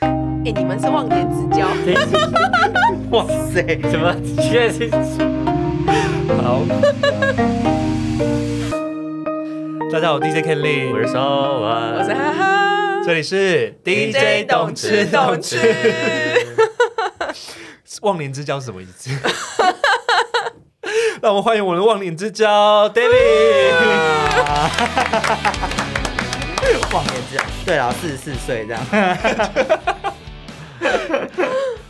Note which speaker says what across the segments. Speaker 1: 哎、你们是忘年之交，
Speaker 2: 哇塞，
Speaker 3: 什么？现在是好。
Speaker 2: 大家好，我 DJ Kenley，
Speaker 3: 我是烧
Speaker 1: 我是
Speaker 3: 完，
Speaker 1: 哈哈
Speaker 2: 这里是
Speaker 4: 哎
Speaker 3: DJ 懂吃懂吃。
Speaker 2: 忘年之交是什么意思？ 让我们欢迎我们的忘年之交 David。
Speaker 3: 忘年之交。
Speaker 4: 对啦，四十四岁这样。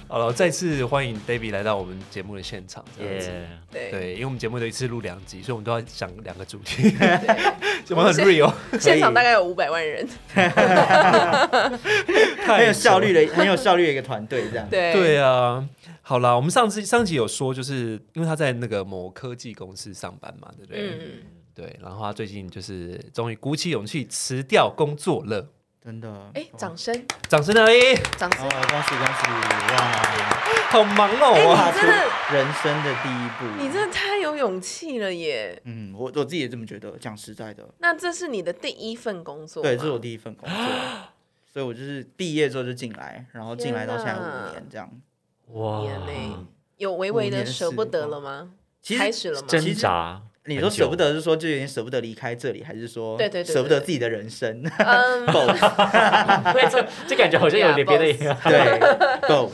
Speaker 2: 好了，再次欢迎 David 来到我们节目的现场，这样子。
Speaker 3: 耶，
Speaker 1: 对，
Speaker 4: 哎
Speaker 2: 对，因为我们节目都一次录两集，所以我们都要想两个主 题， 我们很 real，
Speaker 1: 现场大概有五百万人，
Speaker 2: 太
Speaker 4: 很有效率的，很有效率的一个团队这样。
Speaker 1: 对
Speaker 2: 对啊，好啦，我们上次上集有说，就是因为他在那个某科技公司上班嘛，对不对？
Speaker 1: 嗯，
Speaker 2: 对，然后他最近就是终于鼓起勇气辞掉工作了，
Speaker 4: 真的。
Speaker 1: 哎、掌声，
Speaker 2: 掌声而已，
Speaker 1: 掌
Speaker 4: 哦，
Speaker 1: 声，
Speaker 4: 恭喜恭喜！哇，
Speaker 2: 好忙
Speaker 1: 哎、
Speaker 2: 哦，哇
Speaker 1: 你真的，
Speaker 4: 人生的第一步。
Speaker 1: 你真的太有勇气了耶！
Speaker 4: 嗯，我我自己也这么觉得。讲实在的，
Speaker 1: 那这是你的第一份工作吗，
Speaker 4: 对，这是我第一份工 作，所以我就是毕业之后就进来，然后进来到现在
Speaker 1: 天哪
Speaker 4: 五年这样。
Speaker 1: 眼泪
Speaker 3: 哇，
Speaker 1: ，E 有微微
Speaker 4: 五
Speaker 1: 的
Speaker 4: 年
Speaker 1: 舍不得了吗？
Speaker 4: 其
Speaker 1: 开
Speaker 4: 实
Speaker 1: 始了吗？
Speaker 3: 挣扎。
Speaker 4: 你说舍不得，是说就有点舍不得离开这里，还是说
Speaker 1: 对对对对
Speaker 4: 舍不得自己的 人生
Speaker 1: 嗯，
Speaker 4: ？Both，
Speaker 3: 很久， 对这这感觉好像有点别的一样。
Speaker 4: 对，Both。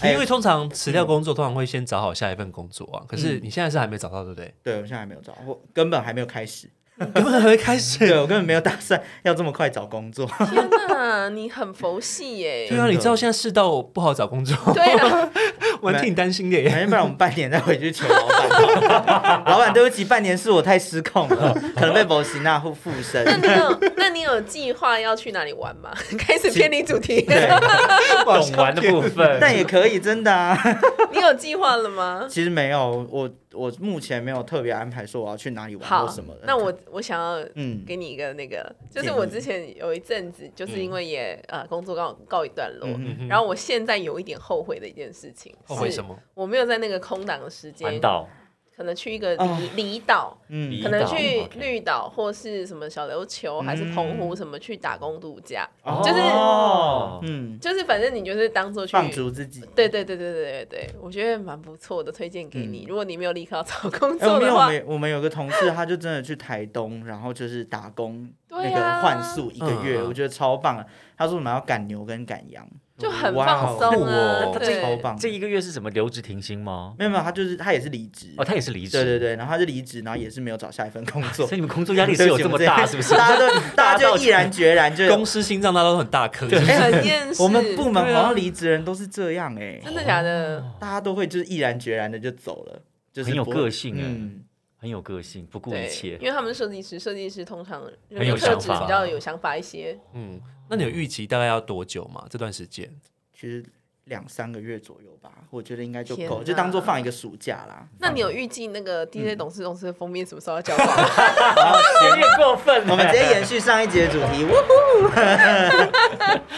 Speaker 4: 哎
Speaker 2: 因为通常辞掉工作，通常会先找好下一份工作啊。可
Speaker 1: 嗯
Speaker 2: 是你现在是还没找到，对不对？
Speaker 4: 对，我现在还没有找，我根本还没有 开始，
Speaker 2: 根本还没开始。
Speaker 4: 对我根本没有打算要这么快找工作。
Speaker 1: 天哪，你很佛系耶！
Speaker 2: 对啊，你知道现在世道不好找工作，
Speaker 1: 对啊，
Speaker 2: 我还挺担心的耶。
Speaker 4: 反正哎不然我们半年再回去求老板。 老板，对不起，半年是我太失控了， 可能被博西纳附附身。
Speaker 1: 那你有那你有计划要去哪里玩吗？ 开始偏离主题，
Speaker 4: 对，
Speaker 3: 懂玩的部分，
Speaker 4: 但也可以，真的啊。
Speaker 1: 你有计划了吗？
Speaker 4: 其实没有，我我目前没有特别安排说我要去哪里玩
Speaker 1: 好
Speaker 4: 或什么的。，
Speaker 1: 那我我想要
Speaker 4: 嗯，
Speaker 1: 给你一个那个，就是
Speaker 4: 建
Speaker 1: 我
Speaker 4: 议
Speaker 1: 之前有一阵子，就是因为也、呃工作告告一段落，
Speaker 4: 嗯
Speaker 2: 哼
Speaker 1: 然后我现在有一点后悔的一件事情，
Speaker 2: 后悔什
Speaker 1: 么？
Speaker 2: 么？
Speaker 1: 我没有在那个空档的时
Speaker 3: 环
Speaker 1: 间，
Speaker 3: 岛
Speaker 1: 可能去一个
Speaker 4: 哦
Speaker 1: 离离岛，
Speaker 4: 嗯
Speaker 1: 可
Speaker 3: 离
Speaker 1: 能
Speaker 3: 岛
Speaker 1: 去
Speaker 3: OK
Speaker 1: 绿岛或是什么小琉球还是澎湖什么去打工度假，
Speaker 4: 哦
Speaker 1: 就是
Speaker 3: 哦
Speaker 4: 嗯，
Speaker 1: 就是反正你就是当做去。
Speaker 4: 放逐自己。
Speaker 1: 对对对对对对对，我觉得蛮不错的，推荐给你。
Speaker 4: 嗯
Speaker 1: 如果你没有立刻要找工
Speaker 4: 哎，我
Speaker 1: 作
Speaker 4: 们
Speaker 1: 的
Speaker 4: 有我
Speaker 1: 话，
Speaker 4: 们有我们有个同事，他就真的去台东，然后就是打工，
Speaker 1: 对
Speaker 4: 那
Speaker 1: 啊
Speaker 4: 个换宿一个月，
Speaker 2: 嗯嗯
Speaker 4: 我觉得超棒啊。他说我们要赶牛跟赶羊，
Speaker 1: 就很
Speaker 4: 哇
Speaker 1: 放
Speaker 2: 好酷
Speaker 1: 松啊，
Speaker 2: 哦
Speaker 4: 他
Speaker 1: 对，
Speaker 4: 这超棒的。
Speaker 3: 这一个月是什么留职停薪吗？
Speaker 4: 没有没有，他就是他也是离职
Speaker 3: 哦，他也是离职。
Speaker 4: 对对对，然后他就离职，然后也是没有找下一份工 作
Speaker 3: 所以。你们工作压力是有这么大，是不是？
Speaker 4: 大家都大家就毅然决 然就
Speaker 2: 公司心脏大家都很大颗，
Speaker 3: 对
Speaker 1: 很厌世。
Speaker 4: 我们部门
Speaker 2: 对
Speaker 4: 好
Speaker 2: 啊
Speaker 4: 像离职的人都是这样哎、
Speaker 1: 真的假的？
Speaker 4: 大家都会就是毅然决然的就走了，就是
Speaker 3: 很有
Speaker 4: 不会
Speaker 3: 个性哎
Speaker 4: 嗯，
Speaker 3: 很有个性，不顾
Speaker 1: 对，
Speaker 3: 一切
Speaker 1: 因。为他们是设计师，设计师通常
Speaker 3: 很有
Speaker 1: 人格特
Speaker 3: 想
Speaker 1: 质
Speaker 3: 法
Speaker 1: 比较有想法一些。
Speaker 2: 嗯，那你有预期大概要多久嘛？这段时间
Speaker 4: 其实两三个月左右吧，我觉得应该就
Speaker 1: 天
Speaker 4: 够，
Speaker 1: 哪
Speaker 4: 就当做放一个暑假 啦。
Speaker 1: 那你有预计那个
Speaker 3: 嗯
Speaker 1: DJ 董事董事的封面什么时候要交稿 吗？
Speaker 3: 啊有点过分了，
Speaker 4: 我们直接延续上一节的主题，我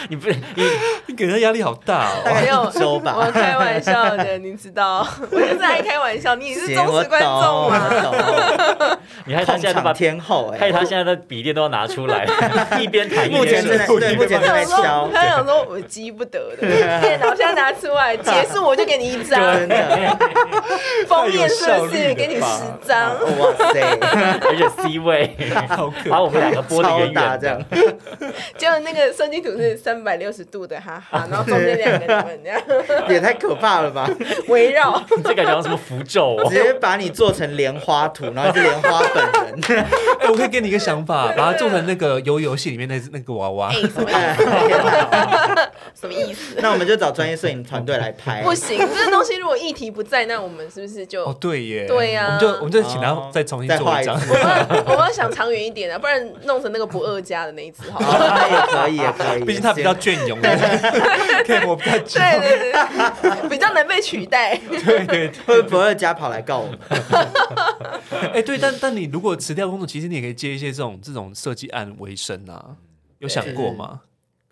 Speaker 3: 你不你
Speaker 2: 你给人压力好大 哦。
Speaker 4: 大概
Speaker 1: 没有
Speaker 4: 一周吧
Speaker 1: 我。开玩笑的，你知道，我就是爱开玩笑。 你也是
Speaker 4: 行
Speaker 1: 忠
Speaker 4: 我
Speaker 1: 实观
Speaker 4: 懂
Speaker 1: 众啊嘛？
Speaker 4: 我
Speaker 3: 你害他
Speaker 4: 懂，控
Speaker 3: 现在都把
Speaker 4: 场，天后哎、
Speaker 3: 害他现在的笔电都要拿出 来，一边弹一
Speaker 4: 目前
Speaker 3: 边
Speaker 4: 正在
Speaker 3: 说。
Speaker 4: 对目前
Speaker 1: 他
Speaker 4: 正在
Speaker 1: 想说
Speaker 4: 敲，，
Speaker 1: 他想说我急不得的，电脑现在拿出来，结束我就给你一张
Speaker 4: 真的，
Speaker 1: 封面，是不
Speaker 2: 太有效率
Speaker 1: 是？
Speaker 2: 了 吧
Speaker 1: 给你十张。
Speaker 4: 哇塞！
Speaker 3: 而且 C 位，
Speaker 2: 好可
Speaker 3: 把我们两个拨得远
Speaker 4: 超大
Speaker 3: 远
Speaker 4: 这样
Speaker 3: 的。，
Speaker 1: 结果那个设计图是三百六十度的，哈哈，然后中间两个你们这样
Speaker 4: 也太可怕了 吧！
Speaker 1: 围绕。
Speaker 3: 这感觉像什么符咒
Speaker 4: 直
Speaker 3: 哦？
Speaker 4: 接把你做成莲花图，然后是莲花本人。
Speaker 2: 哎、我可以给你一个想法，把它做成那个游游戏里面那只那个娃娃
Speaker 1: 哎、。什么意思？什么意 思？
Speaker 4: 那我们就找专业摄影团队来拍。
Speaker 1: 不行，这个东西如果议题不在，那我们是不是就？
Speaker 2: 哦，对耶，
Speaker 1: 对呀
Speaker 2: 我们就我们就请他
Speaker 4: 哦
Speaker 2: 再重新
Speaker 4: 再
Speaker 2: 做
Speaker 4: 画
Speaker 2: 一
Speaker 4: 一
Speaker 2: 张。
Speaker 4: 次 哦
Speaker 1: 我们要我们要想长远一点啊，不然弄成那个不二家的那一只好 了。
Speaker 4: 哦那也可以，也可以。
Speaker 2: 毕竟他比较隽永， 可以我比较久。
Speaker 1: 对对对，比较能被取 代。
Speaker 2: 对对对，
Speaker 4: 会不会家跑来告我们？
Speaker 2: 哎，对，但但你如果辞掉工作，其实你也可以接一些这种这种设计案为生啊，有想过吗？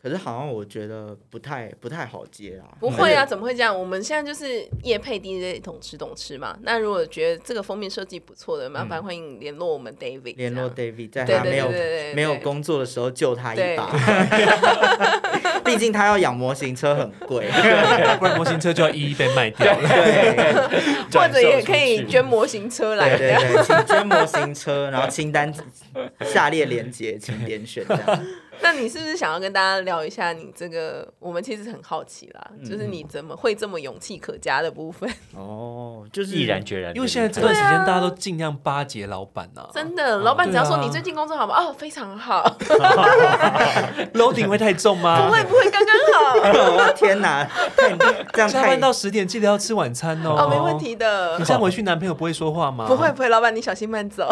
Speaker 4: 可是好像我觉得不太不太好接啊。
Speaker 1: 不会啊，
Speaker 4: 而且，
Speaker 1: 怎么会这样？我们现在就是夜配 DJ 懂吃懂吃嘛。那如果觉得这个封面设计不错的，麻烦欢迎联络我们 David 这样。
Speaker 4: 联络 David 在
Speaker 1: 对
Speaker 4: 他
Speaker 1: 对
Speaker 4: 没有
Speaker 1: 对对对
Speaker 4: 没有
Speaker 1: 对
Speaker 4: 工作的时候救他一
Speaker 1: 对
Speaker 4: 把， 毕竟他要养模型车很 贵。
Speaker 2: 不然模型车 就要一一被卖掉了。
Speaker 4: 对
Speaker 1: 或
Speaker 3: 转售
Speaker 1: 者也可以
Speaker 3: 出去
Speaker 1: 捐模型车来
Speaker 4: 对
Speaker 1: 的。
Speaker 4: 对对，请捐模型车，然后清单下列连接，请点选这样。
Speaker 1: 那你是不是想要跟大家聊一下你这个？我们其实很好奇啦，
Speaker 4: 嗯
Speaker 1: 就是你怎么会这么勇气可嘉的部分？
Speaker 4: 哦，就是
Speaker 3: 毅然决然的离开，
Speaker 2: 因为现在这段时间大家都尽量巴结老板啊，
Speaker 1: 真的，老板只要说
Speaker 2: 对啊
Speaker 1: 你最近工作好吗？哦，非常好，
Speaker 2: loading 会太重吗？
Speaker 1: 不会不会，刚刚
Speaker 4: 哦天哪，太这样
Speaker 2: 加
Speaker 4: 太
Speaker 2: 班到十点记得要吃晚餐哦。
Speaker 1: 好，哦，没问。题 的
Speaker 2: 你。这样回去男朋友不会说话吗？
Speaker 1: 不会，不会，老板你小心慢走。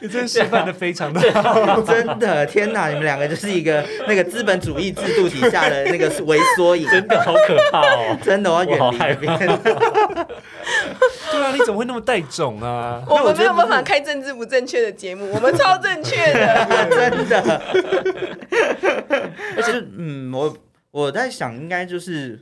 Speaker 2: 你真的示范的非 常的好。
Speaker 4: 真的天哪，你们两个就是一个那个资本主义制度底下的那个微缩影，。
Speaker 3: 真的好可怕哦
Speaker 4: 真的我要
Speaker 3: 我好
Speaker 4: 远
Speaker 3: 害
Speaker 4: 离你们。
Speaker 2: 对啊，你怎么会那么带种啊？
Speaker 1: 我们
Speaker 4: 觉
Speaker 1: 没
Speaker 4: 得
Speaker 1: 有办
Speaker 4: 不是
Speaker 1: 法开政治不正确的节 目，我们超正确 的。
Speaker 4: 真的。而且，嗯，我我在想，应该就是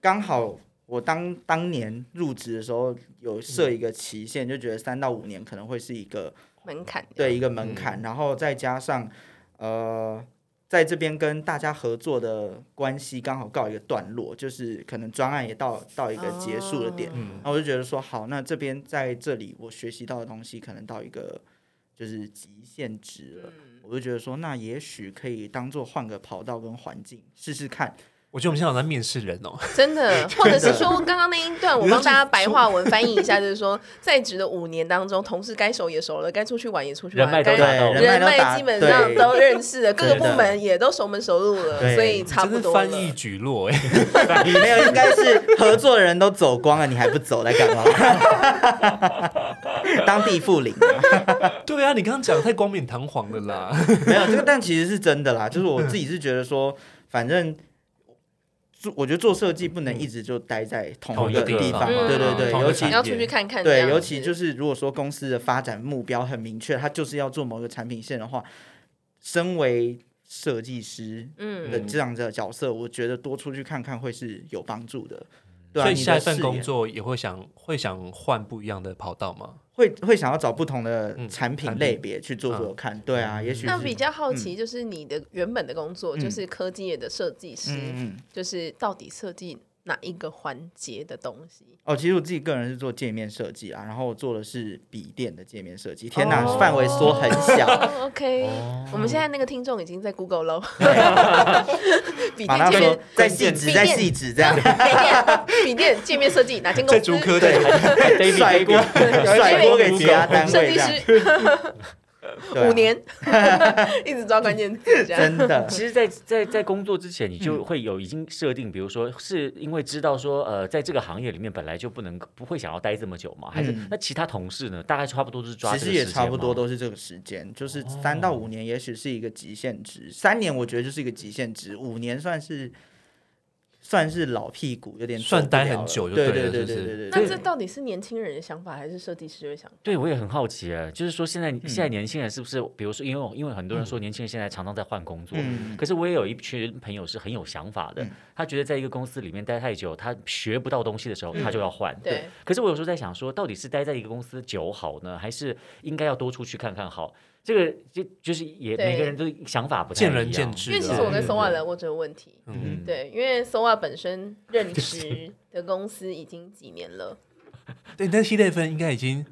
Speaker 4: 刚好我当当年入职的时候有设一个期限，就觉得三到五年可能会是一个
Speaker 1: 门槛。
Speaker 4: 对一个
Speaker 1: 嗯
Speaker 4: 门槛，然后再加上呃。在这边跟大家合作的关系刚好告一个段落，就是可能专案也到到一个结束的点，
Speaker 1: 哦
Speaker 2: 嗯，
Speaker 4: 那我就觉得说，好，那这边在这里我学习到的东西，可能到一个就是极限值了。
Speaker 1: 嗯
Speaker 4: 我就觉得说，那也许可以当做换个跑道跟环境试试看。
Speaker 2: 我觉得我们现在好像在面试人哦。
Speaker 1: 真的，或者是说刚刚那一段，我帮大家白话文翻译一下，就是说，在职的五年当中，同事该熟也熟了，该出去玩也出去玩，
Speaker 3: 人脉都
Speaker 1: 该
Speaker 4: 对，
Speaker 3: 打到
Speaker 4: 人
Speaker 1: 人
Speaker 4: 脉都
Speaker 1: 脉
Speaker 4: 打
Speaker 1: 基本上都认识了，各个
Speaker 4: 对
Speaker 1: 部门也都熟门熟路了，
Speaker 4: 对
Speaker 1: 所以差
Speaker 2: 真
Speaker 1: 不
Speaker 2: 是
Speaker 1: 多了
Speaker 2: 翻。译举落哎，
Speaker 4: 对没有，应该是合作的人都走光了，你还不走来干嘛？ 当地富领、啊。
Speaker 2: 对啊，你刚刚讲得太光冕堂皇了啦。
Speaker 4: 没有这个，但其实是真的啦。就是我自己是觉得说，反正做，我觉得做设计不能一直就待在同
Speaker 2: 同
Speaker 4: 一
Speaker 2: 一
Speaker 4: 个
Speaker 2: 个
Speaker 4: 地
Speaker 2: 地
Speaker 4: 方。
Speaker 2: 方
Speaker 1: 嘛
Speaker 4: 对对对，
Speaker 2: 同一个
Speaker 4: 尤其
Speaker 2: 产业
Speaker 1: 嗯要出去看看这样
Speaker 4: 对，
Speaker 1: 子，
Speaker 4: 尤其就是如果说公司的发展目标很明确，它就是要做某个产品线的话，身为设计师
Speaker 1: 嗯，
Speaker 4: 的这样的角色，我觉得多出去看看会是有帮助的。对啊，
Speaker 2: 所以
Speaker 4: 你的
Speaker 2: 下一份
Speaker 4: 视野
Speaker 2: 工作也会想会想换不一样的跑道吗？
Speaker 4: 会会想要找不同的
Speaker 2: 嗯
Speaker 4: 产品
Speaker 2: 产品嗯
Speaker 4: 类别去做做看。对啊，也许
Speaker 1: 那
Speaker 4: 是
Speaker 1: 比较好奇，就是你的原本的工作
Speaker 4: 嗯
Speaker 1: 就是科技业的设计师，
Speaker 4: 嗯嗯。
Speaker 1: 就是到底设计哪一个环节的东西？
Speaker 4: 哦，其实我自己个人是做界面设计啊，然后我做的是笔电的界面设计。天哪，
Speaker 1: 哦
Speaker 4: 范围缩很小。
Speaker 1: 哦 OK，我们现在那个听众已经在 Google 喽，笔
Speaker 4: 马上
Speaker 1: 电界
Speaker 4: 说
Speaker 1: 面，
Speaker 4: 在细致，在细致这 样
Speaker 1: 笔电笔电界面设计哪间公
Speaker 2: 在
Speaker 1: 司？
Speaker 2: 竹科对，
Speaker 3: David
Speaker 4: 甩锅，甩锅给其他单
Speaker 1: 设
Speaker 4: 位
Speaker 1: 计
Speaker 4: 这样。
Speaker 1: 师
Speaker 4: 对啊
Speaker 1: 五 年，一直抓关键字这样。
Speaker 4: 真 的，
Speaker 3: 其实在，在在工作之前，你就会有已经设定，比如说是因为知道说，呃，在这个行业里面本来就不能不会想要待这么久嘛，还是、
Speaker 4: 嗯
Speaker 3: 那其他同事呢？大概差不多都是抓
Speaker 4: 其
Speaker 3: 这
Speaker 4: 实
Speaker 3: 个
Speaker 4: 也
Speaker 3: 时间
Speaker 4: 差不多
Speaker 3: 吗
Speaker 4: 都是这个时间，就是三到五年，也许是一个极限值。三年我觉得就是一个极限值，五年算是算是老屁股，有点走
Speaker 2: 算
Speaker 4: 不
Speaker 2: 待
Speaker 4: 了
Speaker 2: 很
Speaker 4: 了
Speaker 2: 久就
Speaker 4: 对
Speaker 2: 对
Speaker 4: 对
Speaker 2: 了是不
Speaker 4: 对对
Speaker 2: 是
Speaker 4: 对对
Speaker 1: 那
Speaker 4: 对。
Speaker 1: 这到底是年轻人的想法，还是设计师会想？
Speaker 3: 对，我也很好奇耶，就是说现在、现
Speaker 2: 嗯
Speaker 3: 在年轻人是不是，比如说，因为我因为很多人说年轻人现在常常在换工作，
Speaker 4: 嗯
Speaker 3: 可是我也有一群朋友是很有想法的，
Speaker 4: 嗯
Speaker 3: 他觉得在一个公司里面待太久，他学不到东西的时候，他就
Speaker 2: 嗯
Speaker 3: 要换。
Speaker 1: 对，
Speaker 3: 可是我有时候在想说，到底是待在一个公司久好呢，还是应该要多出去看看好？这个就就是也
Speaker 1: 对
Speaker 3: 每个人都想法不太一
Speaker 2: 见
Speaker 3: 样，嗯
Speaker 2: 仁见智
Speaker 1: 因
Speaker 2: 啦。
Speaker 1: 为其实我跟
Speaker 3: 对
Speaker 1: Soa 聊过这个问题。
Speaker 2: 嗯，
Speaker 1: 对，因为 Soa 本身任职的公司已经几年了，
Speaker 2: 对，但系列分应该已经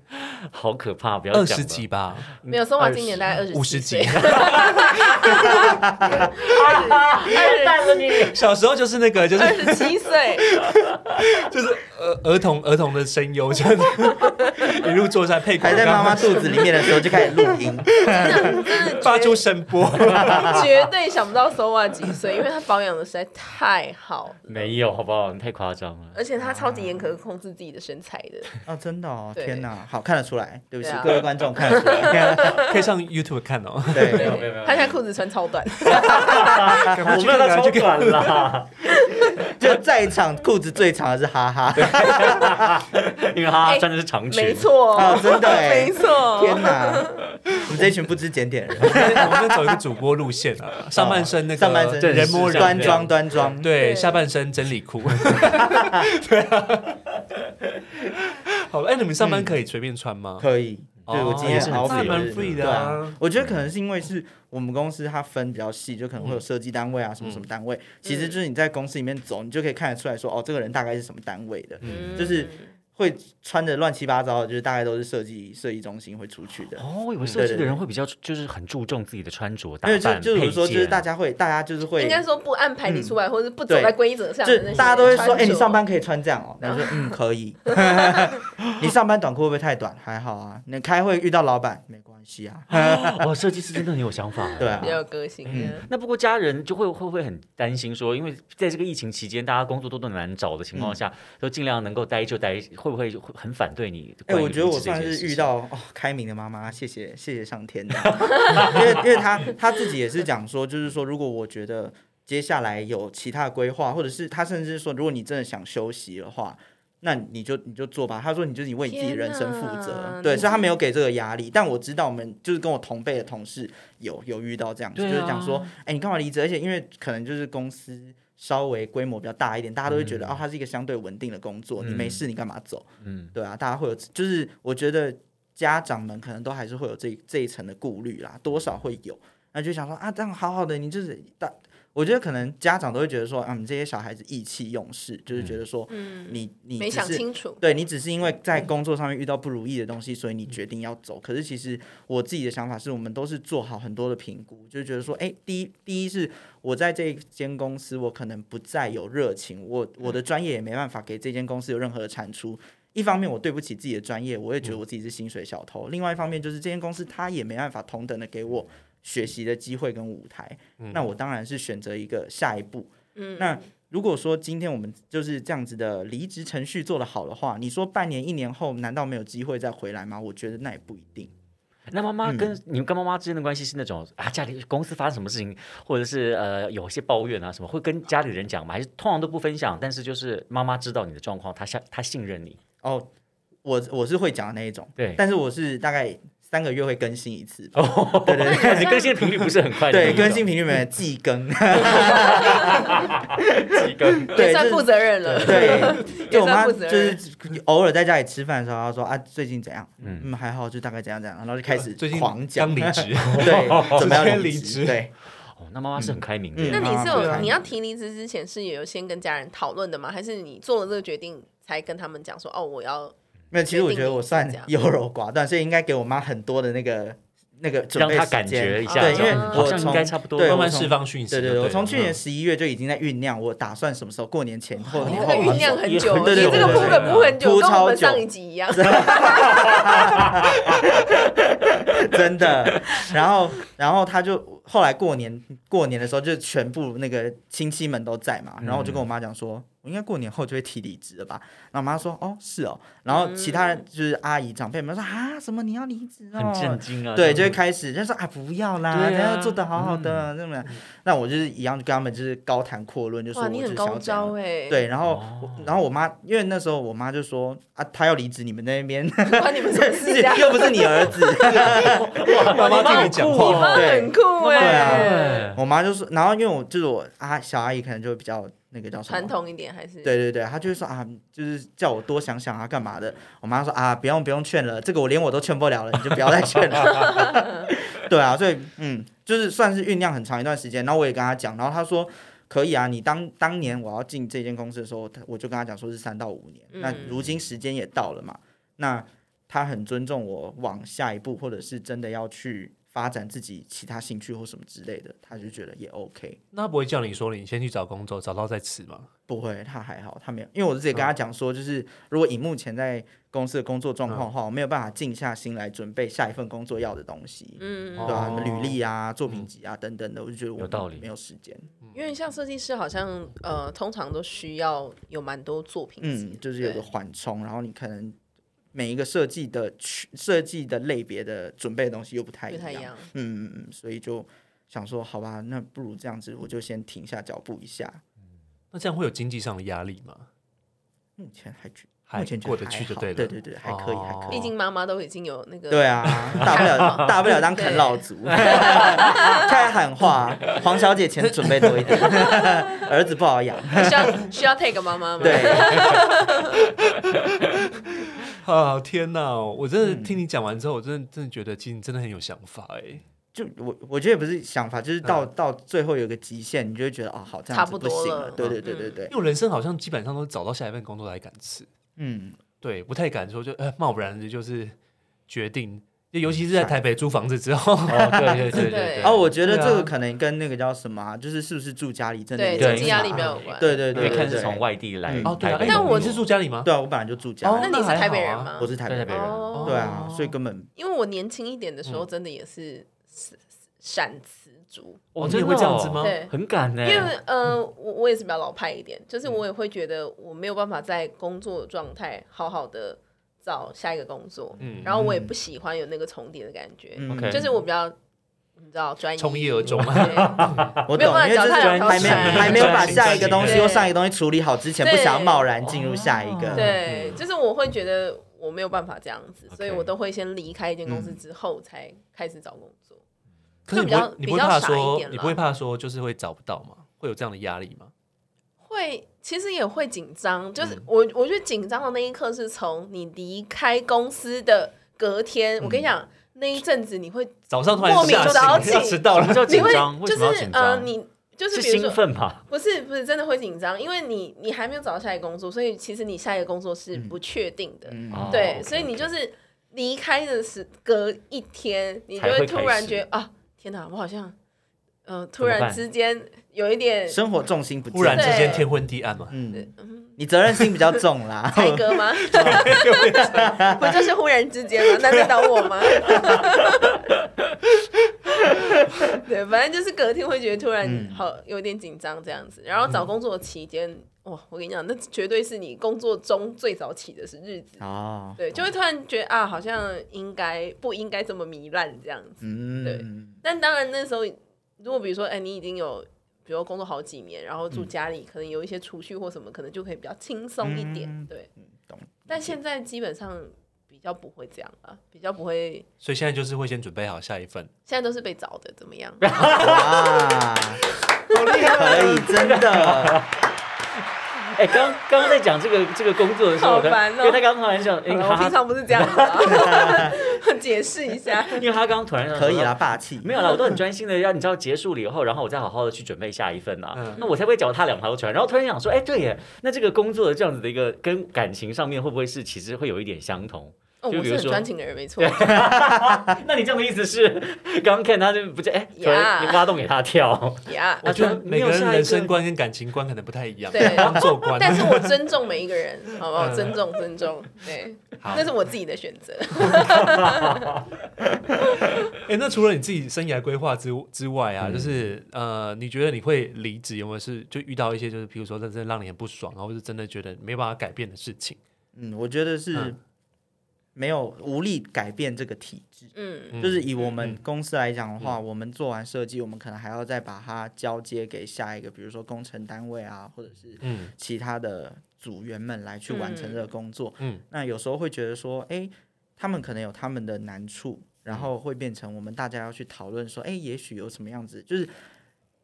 Speaker 3: 好可怕，不要
Speaker 2: 二
Speaker 3: 讲
Speaker 2: 十
Speaker 3: 了
Speaker 2: 几吧，
Speaker 4: 嗯
Speaker 1: 没有 Soa 今年大概二十
Speaker 2: 五十几
Speaker 1: 岁，。二
Speaker 3: 了你。
Speaker 2: 小时候就是那个，就
Speaker 1: 十二
Speaker 2: 是
Speaker 1: 十七岁，
Speaker 2: 儿儿童儿童的声优， 这样子一路坐在配
Speaker 4: 还在妈妈
Speaker 2: 刚
Speaker 4: 肚子里面的时候就开始录音，
Speaker 2: 发出声波。
Speaker 1: 绝对想不到 Soa 几岁，因为他保养的实在太好了，
Speaker 3: 没有，好不好？你太夸张了。
Speaker 1: 而且他超级严格控制自己的身材的。
Speaker 4: 啊，真的哦，
Speaker 1: 对
Speaker 4: 天哪，好看得出来，对不起
Speaker 1: 对啊
Speaker 4: 各位观众看得出 来，
Speaker 2: 可以上 YouTube 看哦。
Speaker 4: 对
Speaker 3: 没有没有没有
Speaker 1: 他现在裤子穿超短，
Speaker 2: 赶快
Speaker 3: 我
Speaker 2: 去
Speaker 3: 没有
Speaker 2: 看
Speaker 3: 到
Speaker 2: 看
Speaker 3: 超
Speaker 2: 这个。
Speaker 3: 短啦，
Speaker 4: 就在场裤子最长的是哈哈，
Speaker 3: 因为他
Speaker 1: 哎
Speaker 3: 穿的是长裙，
Speaker 1: 没错，
Speaker 4: 哦真的哎
Speaker 1: 没错，
Speaker 4: 天哪！你们这群不知检点的人，
Speaker 2: 我们要走一个主播路线啊，上半身那个
Speaker 4: 上半身
Speaker 3: 对
Speaker 2: 人模人
Speaker 4: 端
Speaker 2: 样
Speaker 4: 庄，端庄，
Speaker 2: 对，
Speaker 1: 对
Speaker 2: 下半身真理裤。对啊， 好了，哎，你们上班可以随便穿吗？
Speaker 4: 可以。对，我
Speaker 2: 哦
Speaker 4: 今
Speaker 2: 也
Speaker 4: 天
Speaker 2: 是
Speaker 4: 好
Speaker 2: 很
Speaker 3: free
Speaker 4: 好比
Speaker 2: 蛮
Speaker 4: 日
Speaker 2: free
Speaker 4: 对
Speaker 2: 的啊
Speaker 4: 啊。我觉得可能是因为是我们公司它分比较细，就可能会
Speaker 2: 嗯
Speaker 4: 有设计单位啊，什么什么单位。其
Speaker 1: 嗯
Speaker 4: 实就是你在公司里面走，你就可以看得出来说，哦，这个人大概是什么单位的，
Speaker 1: 嗯
Speaker 4: 就是会穿的乱七八糟的，就是大概都是设计设计中心会出去的。
Speaker 3: 哦，我以为设计
Speaker 4: 嗯对
Speaker 3: 的
Speaker 4: 对
Speaker 3: 人会比较就是很注重自己的穿着打
Speaker 4: 因为
Speaker 3: 扮，
Speaker 4: 就就是我说，
Speaker 3: 配
Speaker 4: 就
Speaker 3: 件
Speaker 4: 是大家会，大家就是会嗯
Speaker 1: 应，该说不按牌理出牌，或者不走
Speaker 4: 对
Speaker 1: 在规则上
Speaker 4: 就
Speaker 1: 的那些
Speaker 4: 大家都会说，
Speaker 1: 穿
Speaker 4: 哎，你
Speaker 1: 着
Speaker 4: 上班可以穿这样 哦。然后说，嗯，可以。 你上班短裤会不会太短？还好啊。你开会遇到老板没关系啊。
Speaker 3: 哇，设计师真的很有想法。哎
Speaker 4: 对啊
Speaker 1: 比较有个性
Speaker 4: 嗯
Speaker 1: 的，
Speaker 3: 那不过家人就会会不会很担心说，因为在这个疫情期间，大家工作都都难找的
Speaker 4: 嗯
Speaker 3: 情况下，都尽量能够待就待，会不会会很反对你？
Speaker 4: 哎、
Speaker 3: 关于
Speaker 4: 我觉得
Speaker 3: 离
Speaker 4: 我
Speaker 3: 职这
Speaker 4: 算
Speaker 3: 件
Speaker 4: 是
Speaker 3: 事
Speaker 4: 遇
Speaker 3: 情
Speaker 4: 到哦开明的妈妈，谢谢谢谢上天， 因为因为她她自己也是讲说，就是说如果我觉得接下来有其他的规划，或者是她甚至说，如果你真的想休息的话，那你就你就做吧。她说你就是你为你自己
Speaker 1: 天
Speaker 4: 人生负责
Speaker 1: 哪，
Speaker 4: 对，
Speaker 1: 你
Speaker 4: 所以她
Speaker 1: 是
Speaker 4: 没有给这个压力。但我知道我们就是跟我同辈的同事有有遇到这样子，
Speaker 3: 对
Speaker 4: 就是讲说
Speaker 3: 啊，
Speaker 4: 哎、你干嘛离职？而且因为可能就是公司。稍微规模比较大一点，大家都会觉得、哦，它是一个相对稳定的工作，你没
Speaker 3: 嗯
Speaker 4: 事你干嘛走？
Speaker 3: 嗯，
Speaker 4: 对啊，大家会有，就是我觉得家长们可能都还是会有这这一层的顾虑啦，多少会有。那就想说啊，这样好好的，你就是大，我觉得可能家长都会觉得说，啊，你这些小孩子意气用事，就是觉得说
Speaker 1: 嗯，
Speaker 4: 你、你
Speaker 1: 没
Speaker 4: 只
Speaker 1: 想
Speaker 4: 是
Speaker 1: 清楚，
Speaker 4: 对你只是因为在工作上面遇到不如意的东西，所以你决定要走。可是其实我自己的想法是，我们都是做好很多的评估，就是觉得说，哎，第一，第一是我在这间公司，我可能不再有热情，我我的专业也没办法给这间公司有任何的产出。一方面我对不起自己的专业，我也觉得我自己是薪水小偷；另外一方面就是这间公司它也没办法同等的给我学习的机会跟舞台。那我当然是选择一个下一步。
Speaker 1: 嗯，
Speaker 4: 那如果说今天我们就是这样子的离职程序做得好的话，你说半年一年后难道没有机会再回来吗？我觉得那也不一定。
Speaker 3: 那妈妈
Speaker 4: 嗯
Speaker 3: 跟、你们跟妈妈之间的关系是那种啊，家里公司发生什么事情，或者是呃有一些抱怨啊什么，会跟家里人讲吗？还是通常都不分享？但是就是妈妈知道你的状况，她相她信任你，
Speaker 4: 哦，我我是会讲的那一种，
Speaker 3: 对。
Speaker 4: 但是我是大概三个月会更新一次，
Speaker 3: 哦，
Speaker 4: 对对对
Speaker 3: 对，你更新的频率不是很快的那
Speaker 4: 对，
Speaker 3: 一种，
Speaker 4: 更新频率没有季 更，
Speaker 3: 几个，
Speaker 1: 也
Speaker 4: 对，
Speaker 1: 算负
Speaker 4: 就是
Speaker 1: 责任了，
Speaker 4: 对，就我妈
Speaker 1: 也算负责
Speaker 4: 就
Speaker 1: 任
Speaker 4: 是偶尔在家里吃饭的时候，她说啊最近怎样？
Speaker 3: 嗯
Speaker 4: 嗯，还好，就大概怎样怎样，然后就开始
Speaker 2: 啊呃最近
Speaker 4: 狂讲
Speaker 2: 刚离，职，
Speaker 4: 对，准备
Speaker 2: 直接
Speaker 4: 要
Speaker 2: 离职
Speaker 4: 职，对，
Speaker 3: 哦，那妈妈是很开明的，
Speaker 4: 嗯
Speaker 1: 那你是
Speaker 4: 对
Speaker 1: 有
Speaker 4: 啊
Speaker 1: 你要提离职之前是有先跟家人讨论的吗？还是你做了这个决定才跟他们讲说哦，我要
Speaker 4: 没有，其实我
Speaker 1: 决定
Speaker 4: 觉得我
Speaker 1: 你是
Speaker 4: 算
Speaker 1: 这样
Speaker 4: 优柔寡断，所 以应该给我妈很多的那个那个准
Speaker 3: 让
Speaker 4: 备
Speaker 3: 她
Speaker 4: 时
Speaker 3: 感
Speaker 4: 间
Speaker 3: 觉一下，
Speaker 1: 对
Speaker 3: 这
Speaker 1: 因
Speaker 3: 样
Speaker 1: 为
Speaker 3: 好
Speaker 4: 我
Speaker 3: 像应
Speaker 4: 从
Speaker 3: 该差不多，
Speaker 4: 对
Speaker 2: 慢
Speaker 4: 我
Speaker 2: 慢
Speaker 4: 从
Speaker 2: 释放讯息就
Speaker 4: 对
Speaker 2: 了。
Speaker 4: 对对，我从去年
Speaker 2: 嗯
Speaker 4: 十一月就已经在酝酿，我打算什么时候过年前或
Speaker 1: 你
Speaker 4: 年
Speaker 1: 这
Speaker 4: 后
Speaker 1: 哦
Speaker 4: 啊
Speaker 1: 个酝酿
Speaker 4: 我
Speaker 1: 很久，
Speaker 4: 对
Speaker 1: 你
Speaker 4: 对
Speaker 1: 这
Speaker 4: 对
Speaker 1: 个
Speaker 4: 对
Speaker 1: 铺
Speaker 4: 对
Speaker 1: 梗铺很久，
Speaker 4: 铺
Speaker 1: 跟我们
Speaker 4: 超久
Speaker 1: 上一集一样，
Speaker 4: 真的。然后，然后他就后来过年过年的时候，就全部那个亲戚们都在
Speaker 3: 嗯
Speaker 4: 嘛。然后我就跟我妈讲说，我应该过年后就会提离职了吧？然后我妈说，哦，是哦。然后其他
Speaker 1: 嗯
Speaker 4: 人就是阿姨长辈们说啊，什么你要离职哦？
Speaker 3: 很震惊啊，
Speaker 4: 对，
Speaker 3: 这
Speaker 4: 就
Speaker 3: 样
Speaker 4: 会开始就说啊，不要啦，
Speaker 3: 对啊嗯
Speaker 4: 人家做的好好的，这么、那我就是一样跟他们就是高谈阔论，就说
Speaker 1: 哇，
Speaker 4: 我就
Speaker 1: 你
Speaker 4: 是
Speaker 1: 很
Speaker 4: 想要
Speaker 1: 高
Speaker 4: 怎样
Speaker 1: 招哎，，
Speaker 4: 对，然后
Speaker 3: 哦
Speaker 4: 我、然后我妈，因为那时候我妈就说啊，她要离职，你们那 边
Speaker 1: 关你们 什么事啊？
Speaker 4: 又不是你儿子。
Speaker 2: 妈妈
Speaker 1: 你妈
Speaker 2: 听
Speaker 1: 很
Speaker 2: 你讲
Speaker 1: 酷你
Speaker 2: 话，
Speaker 1: 妈很酷
Speaker 4: 啊
Speaker 1: 哎，
Speaker 3: 对
Speaker 4: 我妈就说，然后因为我就是我啊，小阿姨可能就会比较那个叫什 么
Speaker 1: 传。统一点还是
Speaker 4: 对对对，她就会说啊，就是叫我多想想啊，干嘛的？我妈说啊，不用不用劝了，这个我连我都劝不了了，你就不要再劝了。 对啊，所以嗯，就是算是酝酿很长一段时间。然后我也跟她讲，然后她说可以啊，你当当年我要进这间公司的时候，她我就跟她讲说是三到五年。那
Speaker 1: 嗯
Speaker 4: 如今时间也到了嘛，那她很尊重我往下一步，或者是真的要去发展自己其他兴趣或什么之类的，她就觉得也 OK。
Speaker 2: 那他不会叫你说你先去找工作，找到再辞吗？
Speaker 4: 不会，他还好，他没有，因为我自己跟
Speaker 2: 嗯
Speaker 4: 他讲说，就是如果以目前在公司的工作
Speaker 2: 嗯
Speaker 4: 状况的话，我没有办法静下心来准备下一份工作要的东西，
Speaker 1: 嗯
Speaker 4: 对吧、啊？
Speaker 2: 哦嗯
Speaker 4: 什么履历啊、作品集啊、等等的，我就觉得我
Speaker 3: 有道理
Speaker 4: 没有时间，
Speaker 1: 因为像设计师，好像呃，通常都需要有蛮多作品集，
Speaker 4: 嗯，就是有个缓冲，然后你可能每一个设计的区设计的类别的准备的东西又不太
Speaker 1: 对不太一
Speaker 4: 样，
Speaker 1: 样。
Speaker 4: 嗯嗯嗯，所以就想说，好吧，那不如这样子，我就先停下脚步一下，
Speaker 2: 那那这样会有经济上的压力吗？
Speaker 4: 目前还去，
Speaker 2: 还
Speaker 4: 目前觉
Speaker 2: 过得
Speaker 4: 还
Speaker 2: 去就
Speaker 4: 好
Speaker 2: 对
Speaker 4: 对
Speaker 2: 了
Speaker 4: 对对，还可以，还可
Speaker 2: 哦
Speaker 4: 以。
Speaker 1: 毕竟妈妈都已经有那个
Speaker 4: 对啊，大不 了大不了当啃老族， 开喊话，啊黄小姐钱准备多一点， 儿子不好养。
Speaker 1: 需要需要 take 妈妈吗？
Speaker 4: 对，
Speaker 2: 啊天哪！我真的听你讲完之后，我真的真的觉得，其实你真的很有想法哎。
Speaker 4: 就我我觉得也不是想法，就是到到最后有个极限，你就会觉得啊，好，这
Speaker 1: 嗯
Speaker 4: 样
Speaker 1: 差
Speaker 4: 子
Speaker 1: 不
Speaker 4: 不
Speaker 1: 多
Speaker 4: 行
Speaker 1: 了
Speaker 4: 了。对对对
Speaker 1: 嗯
Speaker 4: 对对
Speaker 2: 因，为我人生好像基本上都是找到下一份工作才敢辞，
Speaker 4: 嗯，
Speaker 2: 对，不太敢说就呃贸然的就是决定，就尤其是在
Speaker 3: 嗯
Speaker 2: 台北租房子之后，
Speaker 3: 哦，对对对对
Speaker 1: 对
Speaker 4: 啊，我觉得
Speaker 2: 对啊
Speaker 4: 这个可能跟那个叫什么啊，就是是不是住家里真的
Speaker 1: 对，
Speaker 4: 有
Speaker 1: 经
Speaker 4: 影
Speaker 1: 济
Speaker 4: 响
Speaker 1: 压力比较有关。
Speaker 4: 对对
Speaker 3: 因
Speaker 4: 对
Speaker 3: 为
Speaker 4: 对，
Speaker 3: 看是
Speaker 4: 对
Speaker 3: 从外地来
Speaker 4: 嗯，
Speaker 2: 哦对啊，
Speaker 3: 台北
Speaker 2: 哎
Speaker 1: 但我
Speaker 2: 你是住家里吗？
Speaker 4: 对啊，我本来就住家
Speaker 2: 哦
Speaker 4: 里，
Speaker 1: 那你是
Speaker 2: 那还
Speaker 1: 台北人
Speaker 2: 好啊
Speaker 1: 吗？
Speaker 4: 我是台北
Speaker 3: 对台北
Speaker 4: 人，
Speaker 3: 人
Speaker 1: 哦
Speaker 4: 对啊，所以根本
Speaker 1: 因为我年轻一点的时候，真的也是闪闪辞族，
Speaker 2: 哦
Speaker 3: 哦
Speaker 2: 你也
Speaker 3: 真
Speaker 2: 会
Speaker 3: 的
Speaker 2: 这样子
Speaker 3: 哦
Speaker 2: 吗
Speaker 1: 对
Speaker 3: 很敢呢
Speaker 1: 因，为呃，我我也是比较老派一点，就是我也会觉得我没有办法在工作状态好好的找下一个工作，
Speaker 2: 嗯
Speaker 1: 然后我也不喜欢有那个重叠的感觉，
Speaker 4: 嗯
Speaker 3: OK
Speaker 1: 就是我比较你知道专一，
Speaker 2: 从一而终
Speaker 1: 对
Speaker 4: 我
Speaker 1: 没有
Speaker 4: 懂，
Speaker 1: 办法
Speaker 4: 因为
Speaker 1: 脚
Speaker 4: 就是
Speaker 1: 踏两条
Speaker 4: 还没
Speaker 1: 船
Speaker 4: 还没有把下一个东西
Speaker 1: 对
Speaker 4: 或上一个东西处理好之前，
Speaker 1: 对
Speaker 4: 不想要贸然进入下一个。
Speaker 1: 对
Speaker 2: 嗯，
Speaker 1: 就是我会觉得我没有办法这样子，
Speaker 3: OK 嗯
Speaker 1: 所以我都会先离开一间公司之后才开始找工作。
Speaker 2: 可是
Speaker 1: 就
Speaker 2: 你
Speaker 1: 比较比
Speaker 2: 会你不会
Speaker 1: 较
Speaker 2: 怕
Speaker 1: 傻一
Speaker 2: 说
Speaker 1: 点啦
Speaker 2: 你不会怕说就是会找不到吗？会有这样的压力吗？
Speaker 1: 会，其实也会紧张，就是
Speaker 3: 嗯
Speaker 1: 我我觉得紧张的那一刻是从你离开公司的隔天，
Speaker 3: 嗯
Speaker 1: 我跟你讲，那一阵子你会
Speaker 2: 早上突然
Speaker 1: 莫名
Speaker 2: 吓醒
Speaker 1: 早起
Speaker 2: 要迟到
Speaker 3: 什么
Speaker 2: 了，
Speaker 3: 叫
Speaker 1: 你
Speaker 3: 紧
Speaker 1: 会
Speaker 3: 张？为
Speaker 1: 就
Speaker 3: 什么要
Speaker 1: 是
Speaker 3: 紧
Speaker 1: 呃，
Speaker 3: 张？
Speaker 1: 你就是
Speaker 3: 是
Speaker 1: 比如
Speaker 3: 兴
Speaker 1: 说。
Speaker 3: 奋吧？
Speaker 1: 不是不是，真的会紧张，因为你你还没有找到下一个工作，所以其实你下一个工作是不确定的。
Speaker 4: 嗯
Speaker 3: 哦
Speaker 1: 对，
Speaker 3: OK，
Speaker 1: 所以你
Speaker 3: OK
Speaker 1: 就是离开的时隔一天，你就
Speaker 3: 才
Speaker 1: 会
Speaker 3: 会
Speaker 1: 突
Speaker 3: 开
Speaker 1: 然
Speaker 3: 始
Speaker 1: 觉得啊，天哪，我好像，呃，突
Speaker 3: 怎么
Speaker 1: 然
Speaker 3: 办
Speaker 1: 之间有一点，。
Speaker 4: 生活重心不
Speaker 2: 忽然之
Speaker 4: 见了
Speaker 2: 间天昏地暗嘛。
Speaker 4: 嗯，你责任心比较重啦
Speaker 1: 才哥 吗？不就是忽然之间吗？难得到我 吗？对，反正就是隔天会觉得突然
Speaker 4: 嗯
Speaker 1: 好有点紧张这样子，然后找工作期间，哇，我跟你讲，那绝对是你工作中最早起的是日子，
Speaker 4: 哦，
Speaker 1: 对，就会突然觉得啊，好像应该不应该这么糜烂这样子。对
Speaker 4: 嗯，
Speaker 1: 但当然那时候，如果比如说，哎、你已经有，比如说工作好几年，然后住家里，可能有一些储蓄或什么，可能就可以比较轻松一点，
Speaker 4: 嗯
Speaker 1: 对。
Speaker 4: 懂。
Speaker 1: 但现在基本上比较不会这样了，比较不会，
Speaker 2: 所以现在就是会先准备好下一份，
Speaker 1: 现在都是被找的，怎么样？
Speaker 4: 哇，可以，真的，
Speaker 3: 哎，刚刚刚在讲这个这个工作的时候，
Speaker 1: 好
Speaker 3: 我刚
Speaker 1: 烦哦
Speaker 3: 因为他刚刚突然想，哎，
Speaker 1: 好了我平
Speaker 3: 他
Speaker 1: 常不是这样的啊，解释一下。
Speaker 3: 因为他刚刚突然想
Speaker 4: 可以
Speaker 3: 说
Speaker 4: 啦，霸气。
Speaker 3: 没有啦，我都很专心的，让你知道结束了以后，然后我再好好的去准备下一份啊。
Speaker 2: 嗯
Speaker 3: 那我才不会脚踏两条船。然后突然想说，哎，对耶，那这个工作的这样子的一个跟感情上面会不会是其实会有一点相同？
Speaker 1: 哦，
Speaker 3: 就
Speaker 1: 我是
Speaker 3: 比如
Speaker 1: 很
Speaker 3: 说
Speaker 1: 专情的人，没错。
Speaker 3: 那你这样的意思是，刚刚看他就不是哎，突然
Speaker 1: Yeah
Speaker 3: 你挖洞给他跳，
Speaker 1: 呀，
Speaker 2: 我觉得每
Speaker 3: 啊没
Speaker 2: 个
Speaker 3: 有
Speaker 2: 人
Speaker 3: 下一个
Speaker 2: 人生观跟感情观可能不太一样，
Speaker 1: 对
Speaker 2: 工作观。
Speaker 1: 但是我尊重每一个人，好不好？
Speaker 2: 嗯
Speaker 1: 尊重，尊重，对，
Speaker 2: 好
Speaker 1: 那是我自己的选择。
Speaker 2: 哎、那除了你自己生涯规划之之外
Speaker 4: 嗯
Speaker 2: 啊，就是呃，你觉得你会离职有没有是就遇到一些就是，比如说真的让你很不爽，然后是真的觉得没办法改变的事情？
Speaker 4: 嗯，我觉得是
Speaker 2: 嗯
Speaker 4: 没有无力改变这个体制。
Speaker 1: 嗯，
Speaker 2: 嗯
Speaker 4: 就是以我们公司来讲的话，我们做完设计，我们可能还要再把它交接给下一个，比如说工程单位啊，或者是
Speaker 2: 嗯
Speaker 4: 其他的组员们来去完成这个工作。
Speaker 2: 嗯，
Speaker 4: 那有时候会觉得说，哎、他们可能有他们的难处，然后会变成我们大家要去讨论说，哎、也许有什么样子，就是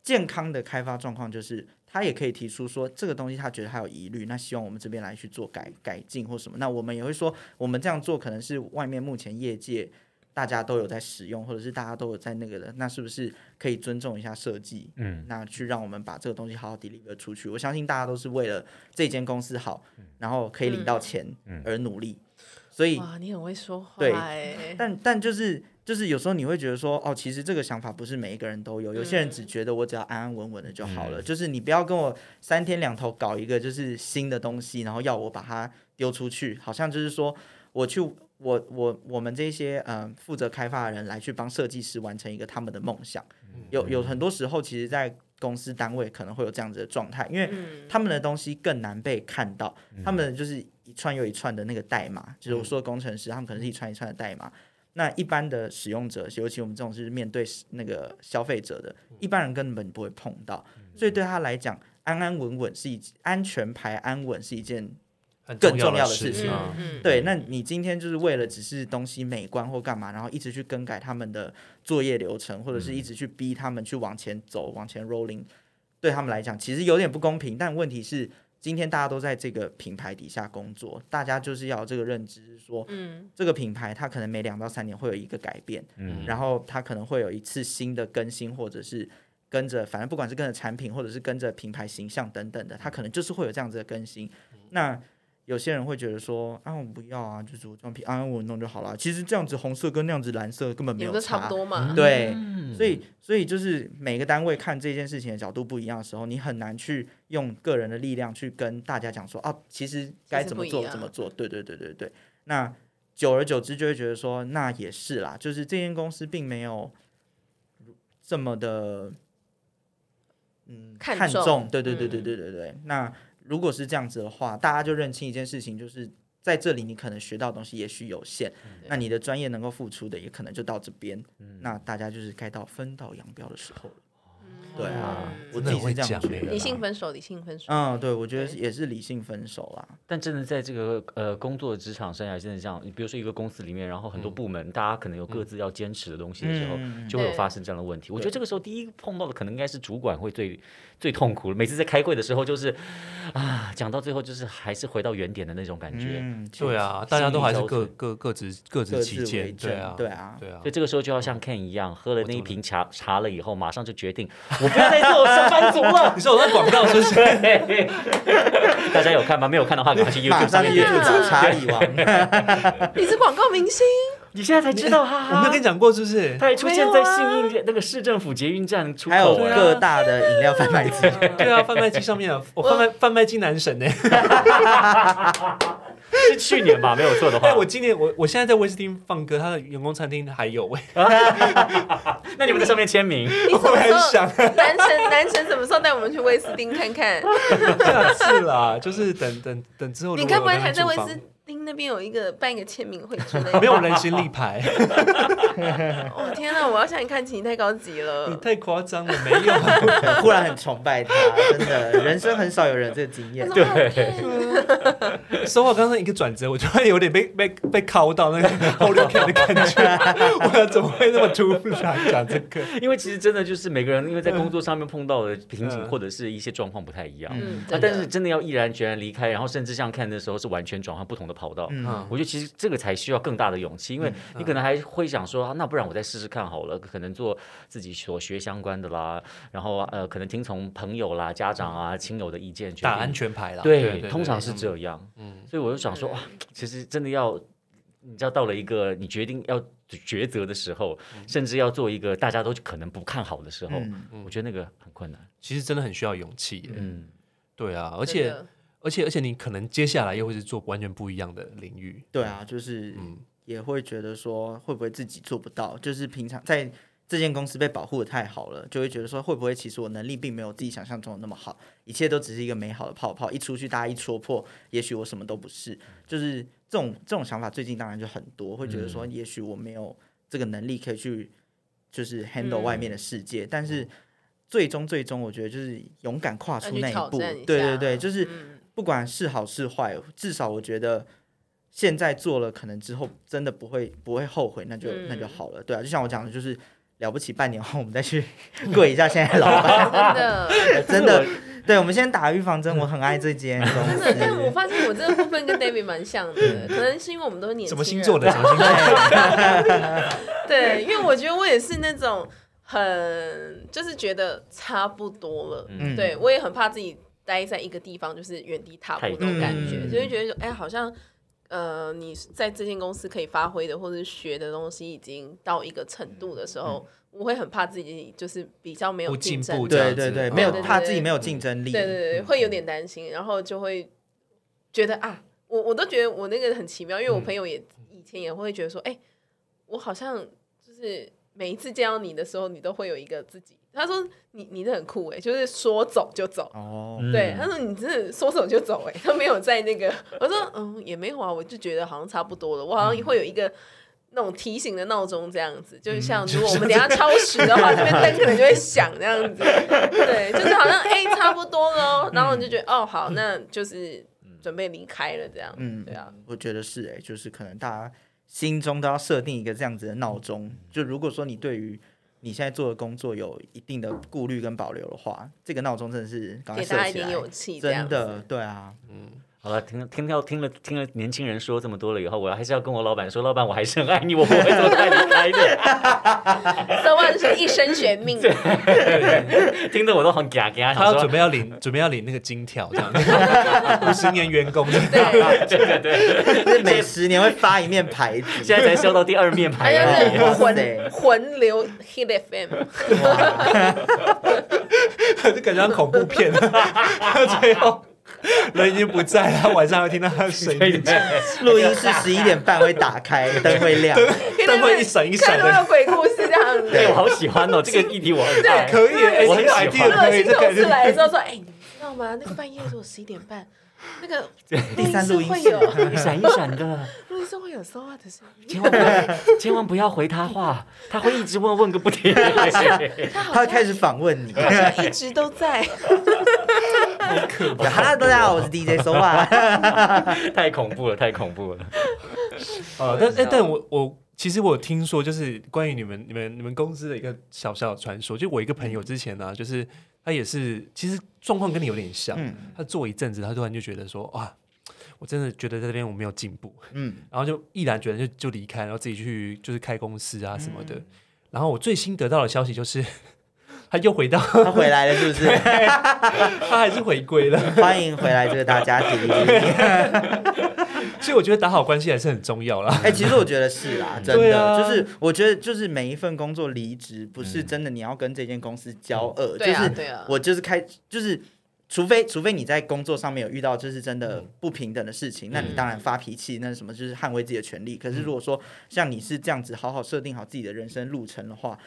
Speaker 4: 健康的开发状况，就是他也可以提出说这个东西他觉得他有疑虑，那希望我们这边来去做改改进或什么。那我们也会说，我们这样做可能是外面目前业界。大家都有在使用，或者是大家都有在那个的，那是不是可以尊重一下设计？
Speaker 3: 嗯，
Speaker 4: 那去让我们把这个东西好好 deliver 出去。我相信大家都是为了这间公司好，然后可以领到钱而努力。所以，
Speaker 1: 哇，你很会说话
Speaker 4: 哎对
Speaker 1: 哎。
Speaker 4: 但但就是就是有时候你会觉得说，哦，其实这个想法不是每一个人都有，有些人只觉得我只要安安稳稳的就好了，就是你不要跟我三天两头搞一个就是新的东西，然后要我把它丢出去，好像就是说我去。我我我们这些呃负责开发的人来去帮设计师完成一个他们的梦想，有有很多时候其实，在公司单位可能会有这样子的状态，因为
Speaker 1: 嗯，
Speaker 4: 他们的东西更难被看到，他们的就是一串又一串的那个代码，就是我说的工程师，他们可能是一串一串的代码。那一般的使用者，尤其我们这种是面对那个消费者的，一般人根本不会碰到，所以对他来讲，安安稳稳是一安全牌安稳是一件
Speaker 2: 很
Speaker 4: 更重
Speaker 2: 要
Speaker 4: 要的事
Speaker 2: 情
Speaker 4: 情
Speaker 2: 啊。
Speaker 1: 嗯
Speaker 4: 对，那你今天就是为了只是东西美观或干嘛，然后一直去更改他们的作业流程，或者是一直去逼他们去往前走、往前 rolling，对他们来讲其实有点不公平。但问题是，今天大家都在这个品牌底下工作，大家就是要有这个认知说
Speaker 1: 嗯
Speaker 4: 这个品牌它可能每两到三年会有一个改变，
Speaker 3: 嗯
Speaker 4: 然后它可能会有一次新的更新，或者是跟着，反正不管是跟着产品，或者是跟着品牌形象等等的，它可能就是会有这样子的更新。那有些人会觉得说啊，我不要啊，就是我这样平安安稳稳弄就好了。其实这样子红色跟那样子蓝色根本没
Speaker 1: 有
Speaker 4: 有
Speaker 1: 的差不多嘛。
Speaker 3: 啊
Speaker 4: 对，
Speaker 1: 嗯
Speaker 3: 嗯
Speaker 4: 所以所以就是每个单位看这件事情的角度不一样的时候，你很难去用个人的力量去跟大家讲说啊，其实该怎么
Speaker 1: 其实不一
Speaker 4: 做
Speaker 1: 样
Speaker 4: 怎么做。对对对对对。那久而久之就会觉得说，那也是啦，就是这间公司并没有这么的嗯
Speaker 1: 看
Speaker 4: 看
Speaker 1: 重
Speaker 4: 重。对对对
Speaker 1: 嗯
Speaker 4: 对对对对。那如果是这样子的话，大家就认清一件事情，就是在这里你可能学到的东西也许有限，
Speaker 2: 嗯
Speaker 4: 那你的专业能够付出的也可能就到这边。那大家就是该到分道扬�镳的时候了。对啊
Speaker 1: 嗯，
Speaker 4: 我自己是这
Speaker 2: 真的很会讲
Speaker 4: 样觉
Speaker 2: 欸
Speaker 1: 理
Speaker 4: 得啦。
Speaker 1: 性分手，理性分手。
Speaker 4: 嗯，对，我觉得
Speaker 1: 对
Speaker 4: 也是理性分手啦。
Speaker 3: 但真的在这个呃工作职场生涯现在这样，你比如说一个公司里面，然后很
Speaker 2: 嗯
Speaker 3: 多部门、大家可能有各自要坚持的东西的时候，
Speaker 4: 嗯
Speaker 3: 就会有
Speaker 1: 对
Speaker 3: 发生这样的问题。我觉得这个时候第一碰到的可能应该是主管会最最痛苦了。每次在开会的时候，就是啊，讲到最后就是还是回到原点的那种感觉。
Speaker 4: 嗯，
Speaker 2: 对啊，
Speaker 3: 心
Speaker 2: 大家都
Speaker 3: 理
Speaker 2: 还是
Speaker 3: 交
Speaker 2: 各
Speaker 3: 瘁
Speaker 2: 各各执各
Speaker 4: 各
Speaker 2: 执
Speaker 4: 自
Speaker 2: 其
Speaker 4: 为
Speaker 2: 见，
Speaker 4: 政，
Speaker 2: 对啊，
Speaker 4: 对啊，
Speaker 2: 对啊
Speaker 3: 所以。这个时候就要像 Ken 一样，喝了那一
Speaker 2: 懂
Speaker 3: 瓶茶茶了以后，马上就决定，我不要再做上班族了
Speaker 2: 你。说我在广告是不 是？
Speaker 3: 对，大家有看吗？没有看的话，赶快去
Speaker 4: 马
Speaker 3: YouTube 上
Speaker 4: 上
Speaker 3: 面
Speaker 4: 去
Speaker 3: 点。
Speaker 2: 啊
Speaker 4: 找查理王，
Speaker 1: 你是广告明星，
Speaker 3: 你现在才知道，哈
Speaker 2: 我没有
Speaker 3: 哈
Speaker 2: 跟。你讲过是不是？
Speaker 3: 他还出现在信义那个市政府捷运站出
Speaker 4: 还有
Speaker 3: 口
Speaker 2: 啊
Speaker 3: 哎，
Speaker 4: 各大的饮料贩 卖机。
Speaker 2: 对啊，贩卖机上面啊，我贩卖贩卖机男神呢？
Speaker 3: 是去年吧？没有错的话
Speaker 2: 哎，， 我今年我我现在在威斯汀放歌，他的员工餐厅还有喂，
Speaker 3: 那你们在上面签名，
Speaker 1: 你
Speaker 2: 我
Speaker 1: 什么
Speaker 2: 很
Speaker 1: 时候？
Speaker 2: 想
Speaker 1: 男神，男神什么时候带我们去威斯汀看看？
Speaker 2: 下次啦，啊就是等等等之后。
Speaker 1: 你
Speaker 2: 如
Speaker 1: 该
Speaker 2: 果
Speaker 1: 不会
Speaker 2: 有
Speaker 1: 还在
Speaker 2: 驻
Speaker 1: 威
Speaker 2: 防
Speaker 1: 斯汀那边有一个办一个签名会之类的？
Speaker 2: 没有人形立牌，
Speaker 1: 哦天哪！我要向你看齐，你太高级
Speaker 2: 你
Speaker 1: 了。
Speaker 2: 太夸张了，没有啊。
Speaker 4: 对忽然很崇拜他，真的，人生很少有人有这个经验。
Speaker 1: 哦
Speaker 2: 说话刚刚一个转折，我突然有点被被被敲到那个 Holy Cat 的感觉， 我怎么会那么突然讲这 个？
Speaker 3: 因为其实真的就是每个人，因为在工作上面碰到的瓶颈
Speaker 2: 嗯
Speaker 3: 或者是一些状况不太一样。
Speaker 1: 嗯
Speaker 3: 啊
Speaker 1: 真的
Speaker 3: 但是真的要毅然决然离开，然后甚至像看的时候是完全转换不同的跑道。
Speaker 4: 嗯，
Speaker 3: 我觉得其实这个才需要更大的勇气，因为你可能还会想说，啊那不然我再试试看好了，可能做自己所学相关的啦，然后呃，可能听从朋友啦、家长啊、亲友的意见决定
Speaker 2: 打安全牌啦，
Speaker 3: 对，通常是这样。
Speaker 2: 嗯
Speaker 3: 所以我就想说，哇，其实真的要，你知道，到了一个你决定要抉择的时候，
Speaker 2: 嗯
Speaker 3: 甚至要做一个大家都可能不看好的时候，
Speaker 4: 嗯
Speaker 3: 我觉得那个很困难。
Speaker 2: 其实真的很需要勇气耶。
Speaker 3: 嗯，
Speaker 2: 对啊，而
Speaker 1: 真
Speaker 2: 且
Speaker 1: 的
Speaker 2: 而且而且你可能接下来又会是做完全不一样的领域。
Speaker 4: 对啊，就是
Speaker 2: 嗯
Speaker 4: 也会觉得说，会不会自己做不到？就是平常在这间公司被保护的太好了，就会觉得说，会不会其实我能力并没有自己想象中的那么好，一切都只是一个美好的泡泡，一出去大家一戳破，也许我什么都不是。就是这种这种想法，最近当然就很多，会觉得
Speaker 1: 嗯
Speaker 4: 说，也许我没有这个能力可以去就是
Speaker 1: 嗯
Speaker 4: handle 外面的世界，但是。最终，最终，我觉得就是勇敢跨
Speaker 1: 要
Speaker 4: 出
Speaker 1: 去
Speaker 4: 那
Speaker 1: 挑
Speaker 4: 一步。
Speaker 1: 战一
Speaker 4: 对
Speaker 1: 下。
Speaker 4: 对对，就是
Speaker 1: 嗯
Speaker 4: 不管是好是坏，至少我觉得现在做了，可能之后真的不会不会后悔，那就、
Speaker 1: 嗯
Speaker 4: 那就好了。对啊，就像我讲的，就是了不起，半年后我们再去 跪一下现在的老 板，
Speaker 1: 真的。
Speaker 4: 真的。对，我们先打预防针，我很爱这间公
Speaker 1: 真
Speaker 4: 司。
Speaker 1: 的，但我发现我这个部分跟 David 蛮像的，可能是因为我们都是年轻人。啊
Speaker 2: 什么星座的？什么星座？
Speaker 1: 对，因为我觉得我也是那种很，就是觉得差不多了。
Speaker 4: 嗯
Speaker 1: 对我也很怕自己待在一个地方，就是原地踏步
Speaker 3: 太
Speaker 1: 那种感觉，
Speaker 4: 嗯
Speaker 1: 就会觉得说哎，好像呃，你在这间公司可以发挥的或者是学的东西已经到一个程度的时候，我会很怕自己就是比较没有
Speaker 2: 嗯不进
Speaker 1: 竞争
Speaker 2: 步
Speaker 1: 力
Speaker 2: 这样
Speaker 4: 对
Speaker 2: 子
Speaker 4: 对对，
Speaker 2: 嗯
Speaker 4: 没有
Speaker 1: 对对
Speaker 4: 怕
Speaker 1: 对
Speaker 4: 自己没有竞争力。
Speaker 1: 对对对，会有点担心，然后就会觉得啊，我我都觉得我那个很奇妙，因为我朋友也、以前也会觉得说，哎、我好像就是每一次见到你的时候，你都会有一个自己。他说你你这很酷哎、就是说走就走。
Speaker 4: 哦，
Speaker 1: 对，
Speaker 3: 嗯
Speaker 1: 他说你真的说走就走哎、他没有在那个，我说嗯也没有啊，我就觉得好像差不多了，我好像会有一个那种提醒的闹钟这样子，就是像如果我们等一下超时的话，这边灯可能就会响这样子。对，就是好像哎、差不多了哦，然后你就觉得哦好，那就是准备离开了这样。
Speaker 4: 嗯
Speaker 1: 对啊，
Speaker 4: 我觉得是哎、就是可能大家心中都要设定一个这样子的闹钟。就如果说你对于你现在做的工作有一定的顾虑跟保留的话，这个闹钟真的是赶快
Speaker 1: 给大家
Speaker 4: 设
Speaker 1: 一
Speaker 4: 嗯起
Speaker 1: 点
Speaker 4: 来。
Speaker 1: 勇气，这样
Speaker 4: 真
Speaker 1: 子。
Speaker 4: 的，对啊，
Speaker 3: 好了，听听到听了听了年轻人说这么多了以后，我还是要跟我老板说，老板我还是很爱你，我不会做太离开 的。
Speaker 1: 这万是一生悬命。
Speaker 3: 听得我都很嘎嘎，
Speaker 2: 他
Speaker 3: 想
Speaker 2: 要准
Speaker 3: 说
Speaker 2: 备要领，准备要领那个金条这样子，五十年员工这样
Speaker 1: 对，
Speaker 4: 就是每十年会发一面牌子，
Speaker 3: 现在才收到第二面牌
Speaker 1: 还
Speaker 3: 而
Speaker 2: 哎
Speaker 1: 有
Speaker 3: 已。
Speaker 1: 是
Speaker 4: 哇 塞
Speaker 1: 魂魂流 Hit FM，
Speaker 2: 就感觉像恐怖片。最后人已经不在了，晚上会听到 他的声
Speaker 3: 对
Speaker 2: 音，
Speaker 4: 录音室十一点半会打开，灯会亮，
Speaker 2: 灯会一闪一闪
Speaker 1: 看到有
Speaker 2: 的。
Speaker 1: 鬼故事这样子。
Speaker 3: 对，我好喜欢哦， 这个议题我很爱。
Speaker 2: 可以，哎
Speaker 3: 我
Speaker 2: 这
Speaker 3: 很
Speaker 2: 个
Speaker 3: 喜欢
Speaker 2: idea
Speaker 1: 恶
Speaker 2: 可以，
Speaker 1: 心
Speaker 2: 这
Speaker 1: 同事
Speaker 2: 个
Speaker 1: 来的时候说：“哎，你知道吗？那个半夜如果十一点半，那个
Speaker 4: 第三录
Speaker 1: 录
Speaker 4: 音
Speaker 1: 会
Speaker 4: 室
Speaker 1: 有
Speaker 3: 一闪一闪的，
Speaker 1: 录音室会有说话的声音，
Speaker 3: 千万不要，千万不要回他话，他会一直问问个不 停。
Speaker 1: 他
Speaker 4: 他
Speaker 1: 好
Speaker 4: 会开
Speaker 1: 像
Speaker 4: 始访问你。
Speaker 1: 一直都在。
Speaker 4: 哈喽，大家好，我是 DJ 说话。
Speaker 3: 太恐怖了，太恐怖了。
Speaker 2: 呃，但哎，但我我其实我有听说，就是关于你们你们你们公司的一个小小的传说，就我一个朋友之前呢、就是他也是，其实状况跟你有点像，
Speaker 4: 嗯
Speaker 2: 他做一阵子，他突然就觉得说啊。我真的觉得在这边我没有进步，
Speaker 4: 嗯，
Speaker 2: 然后就毅然决然就就离开，然后自己去就是开公司啊什么的。然后我最新得到的消息就是， 他又回到，
Speaker 4: 他回来了是 不是？
Speaker 2: 他还是回归了。
Speaker 4: 欢迎回来这个大家庭。
Speaker 2: 所以我觉得打好关系还是很重要啦。
Speaker 4: 哎、其实我觉得是啦，
Speaker 1: 嗯
Speaker 4: 真
Speaker 2: 对
Speaker 4: 的，
Speaker 2: 啊
Speaker 4: 就是我觉得就是每一份工作离职，不是真的你要跟这间公司交恶，
Speaker 1: 嗯对啊
Speaker 4: 就
Speaker 1: 对
Speaker 4: 是
Speaker 1: 啊
Speaker 4: 我就是开就是。除非除非你在工作上面有遇到就是真
Speaker 1: 嗯
Speaker 4: 的不平等的事情，那你当然发脾气，那是什么就是捍卫自己的权利。
Speaker 1: 嗯
Speaker 4: 可是如果说像你是这样子好好设定好自己的人生路程的话，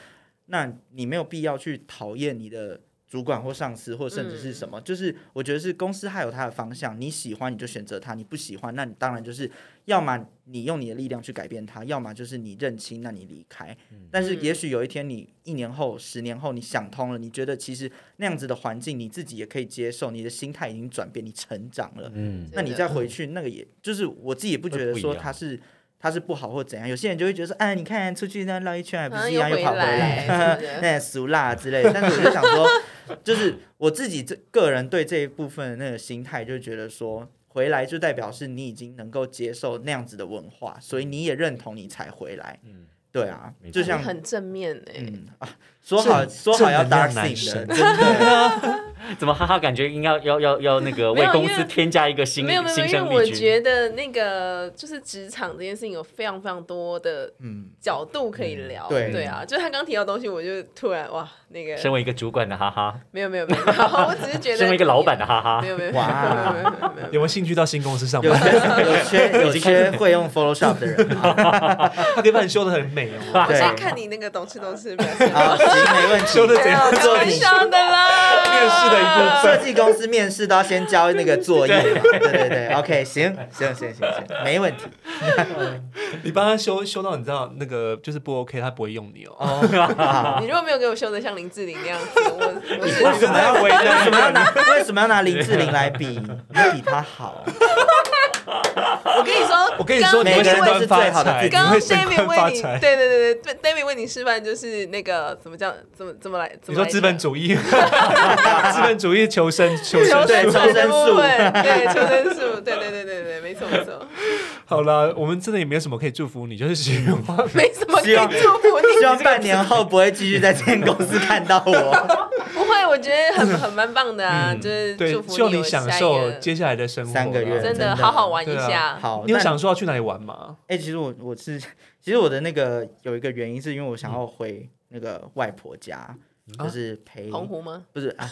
Speaker 4: 那你没有必要去讨厌你的主管或上司，或甚至
Speaker 1: 嗯
Speaker 4: 是什么。就是我觉得是公司它有它的方向，你喜欢你就选择它，你不喜欢，那你当然就是要么你用你的力量去改变它，要么就是你认清，那你离开。但是也许有一天，你一年后、十年后，你想通了，你觉得其实那样子的环境你自己也可以接受，你的心态已经转变，你成长了。
Speaker 3: 嗯，
Speaker 4: 那你再回去，那个也就是我自己也不觉得
Speaker 3: 会不一
Speaker 4: 说
Speaker 3: 样
Speaker 4: 他是他是不好或怎样，有些人就会觉得说，哎，你看出去那绕一圈还不
Speaker 1: 好像
Speaker 4: 是一
Speaker 1: 嗯又
Speaker 4: 样又
Speaker 1: 回
Speaker 4: 跑回
Speaker 1: 来
Speaker 4: 来
Speaker 1: 是不是，
Speaker 4: 那俗辣之类的。但是我就想说，就是我自己这个人对这一部分的那个心态，就觉得说。回来就代表是你已经能够接受那样子的文化，所以你也认同你才回来。嗯，对啊
Speaker 3: 没，
Speaker 4: 就
Speaker 3: 错
Speaker 4: 像
Speaker 1: 很正面哎、
Speaker 4: 嗯啊，说好说好要
Speaker 2: 正能
Speaker 4: dark
Speaker 2: 量男
Speaker 4: thing 的，
Speaker 2: 神
Speaker 4: 真的
Speaker 3: 怎么哈哈？感觉应该要要要那个
Speaker 1: 没
Speaker 3: 为
Speaker 1: 有
Speaker 3: 公
Speaker 1: 因
Speaker 3: 司
Speaker 1: 为
Speaker 3: 添加一个新
Speaker 1: 没有没有，
Speaker 3: 新
Speaker 1: 没有
Speaker 3: 生
Speaker 1: 因为我
Speaker 3: 力军。
Speaker 1: 觉得那个就是职场这件事情有非常非常多的
Speaker 4: 嗯，
Speaker 1: 角度可以聊。
Speaker 4: 对
Speaker 1: 啊，就是他刚提到的东西，我就突然哇，那个
Speaker 3: 身为一个主管的哈哈，
Speaker 1: 没有没有没有， 我只是觉得
Speaker 3: 身为一个老板的哈哈
Speaker 1: 没，有没有没有
Speaker 4: 啊哇
Speaker 1: 没有没有没有没
Speaker 2: 有没有兴趣到新公司上
Speaker 4: 有
Speaker 2: 班？
Speaker 4: 缺有缺有缺会用 Photoshop 的人啊吗？
Speaker 2: 他可以把你修的很美 哦。
Speaker 1: 有，我
Speaker 4: 对
Speaker 1: 先看你那个懂吃懂 吃没有？没
Speaker 4: 好，行，没问题。
Speaker 2: 修得怎样
Speaker 1: 有哎开
Speaker 4: 做
Speaker 1: 玩
Speaker 4: 你
Speaker 1: 笑的啦，
Speaker 2: 面试的一部
Speaker 4: 设计公司面试都要先交那个作业嘛？对对对，OK，行行行行行，没问题。
Speaker 2: 你帮他修修到你知道那个就是不 OK，他不会用你哦。
Speaker 4: 哦，好，
Speaker 1: 你如果没有给我修的像林志玲那样子，我我是
Speaker 4: 为什么要
Speaker 2: 为
Speaker 4: 为什么要拿为什么要拿林志玲来比？你比 她好，
Speaker 1: 我跟你说，
Speaker 2: 我跟你说，你
Speaker 1: 刚
Speaker 2: 会
Speaker 4: 每个人
Speaker 2: 升
Speaker 4: 都
Speaker 2: 官
Speaker 4: 是
Speaker 2: 发
Speaker 4: 最好的
Speaker 2: 财，
Speaker 4: 自己
Speaker 2: 你
Speaker 1: 刚刚
Speaker 2: 会升
Speaker 1: David
Speaker 2: 官发
Speaker 1: 为你，
Speaker 2: 财。
Speaker 1: 对对对对对，David 为你示范就是那个怎么叫怎么怎么来，怎
Speaker 2: 你
Speaker 1: 么
Speaker 2: 说
Speaker 1: 来
Speaker 2: 资本主义，资本主义求 生求
Speaker 1: 求
Speaker 2: 生
Speaker 4: 对
Speaker 1: 生
Speaker 2: 术。
Speaker 1: 术的
Speaker 4: 求生
Speaker 1: 部
Speaker 4: 术
Speaker 1: 分，对求生 术，对对对对对，没错没错，
Speaker 2: 好啦，我们真的也没有什么可以祝福你，就是希 望
Speaker 1: 没什么可以
Speaker 4: 希望
Speaker 1: 祝福
Speaker 4: 希
Speaker 1: 你，
Speaker 4: 望半年后不会继续在这间公司看到 我。
Speaker 1: 不会，我觉得很很蛮棒的啊，就是祝
Speaker 2: 嗯对，
Speaker 1: 福
Speaker 2: 希望
Speaker 1: 你
Speaker 2: 你
Speaker 1: 有下一
Speaker 2: 享
Speaker 1: 个
Speaker 2: 受接下来的生活啦。
Speaker 4: 三个月
Speaker 1: 真
Speaker 4: 真的
Speaker 1: 的好好玩一
Speaker 2: 对啊
Speaker 1: 下，
Speaker 4: 好，
Speaker 2: 你有
Speaker 4: 那
Speaker 2: 想说要去哪里玩吗？
Speaker 4: 哎、其实我我是，其实我的那个有一个原因，是因为我想要回那个外婆家，
Speaker 2: 嗯
Speaker 4: 就是
Speaker 2: 啊
Speaker 4: 陪
Speaker 1: 澎湖吗？
Speaker 4: 不是 啊，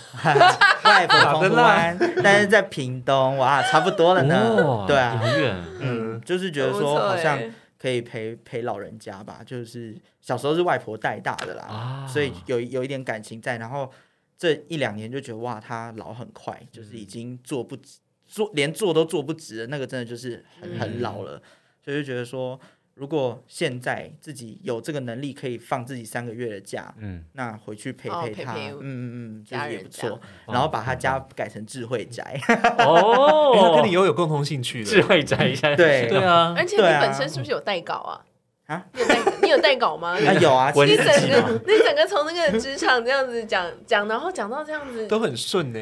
Speaker 4: 外婆澎湖湾，但是在屏东哇，差不多了
Speaker 2: 哦
Speaker 4: 呢。对啊，
Speaker 3: 永远。
Speaker 4: 嗯，就是觉得
Speaker 1: 很不
Speaker 4: 说
Speaker 1: 错
Speaker 4: 好像
Speaker 1: 欸
Speaker 4: 可以陪陪老人家吧，就是小时候是外婆带大的啦，
Speaker 3: 啊
Speaker 4: 所以有有一点感情在。然后这一两年就觉得哇，他老很快，就是已经坐不直，坐连坐都坐不直了，那个真的就是很很老了，所以就觉得说。如果现在自己有这个能力，可以放自己三个月的假，
Speaker 3: 嗯，
Speaker 4: 那回去陪
Speaker 1: 哦
Speaker 4: 陪
Speaker 1: 陪
Speaker 4: 他，
Speaker 1: 陪
Speaker 4: 嗯嗯嗯，就
Speaker 1: 家
Speaker 4: 是也
Speaker 1: 人
Speaker 4: 不
Speaker 1: 这样
Speaker 4: 错。然后把他家改成智慧 宅，
Speaker 3: 哦
Speaker 2: 哎，他跟你有有共同兴趣
Speaker 3: 智
Speaker 2: 的，
Speaker 3: 慧宅一下，
Speaker 4: 对
Speaker 2: 对
Speaker 3: 嗯
Speaker 2: 啊，
Speaker 1: 而且
Speaker 4: 对啊
Speaker 1: 你本身是不是有代稿啊？
Speaker 4: 啊，
Speaker 1: 你有代你有代稿吗？
Speaker 4: 啊 有啊，
Speaker 3: 文
Speaker 1: 你
Speaker 4: 其
Speaker 1: 整
Speaker 4: 实
Speaker 3: 字
Speaker 1: 个你整个从那个职场这样子讲讲，然后讲到这样子，
Speaker 2: 都很顺呢，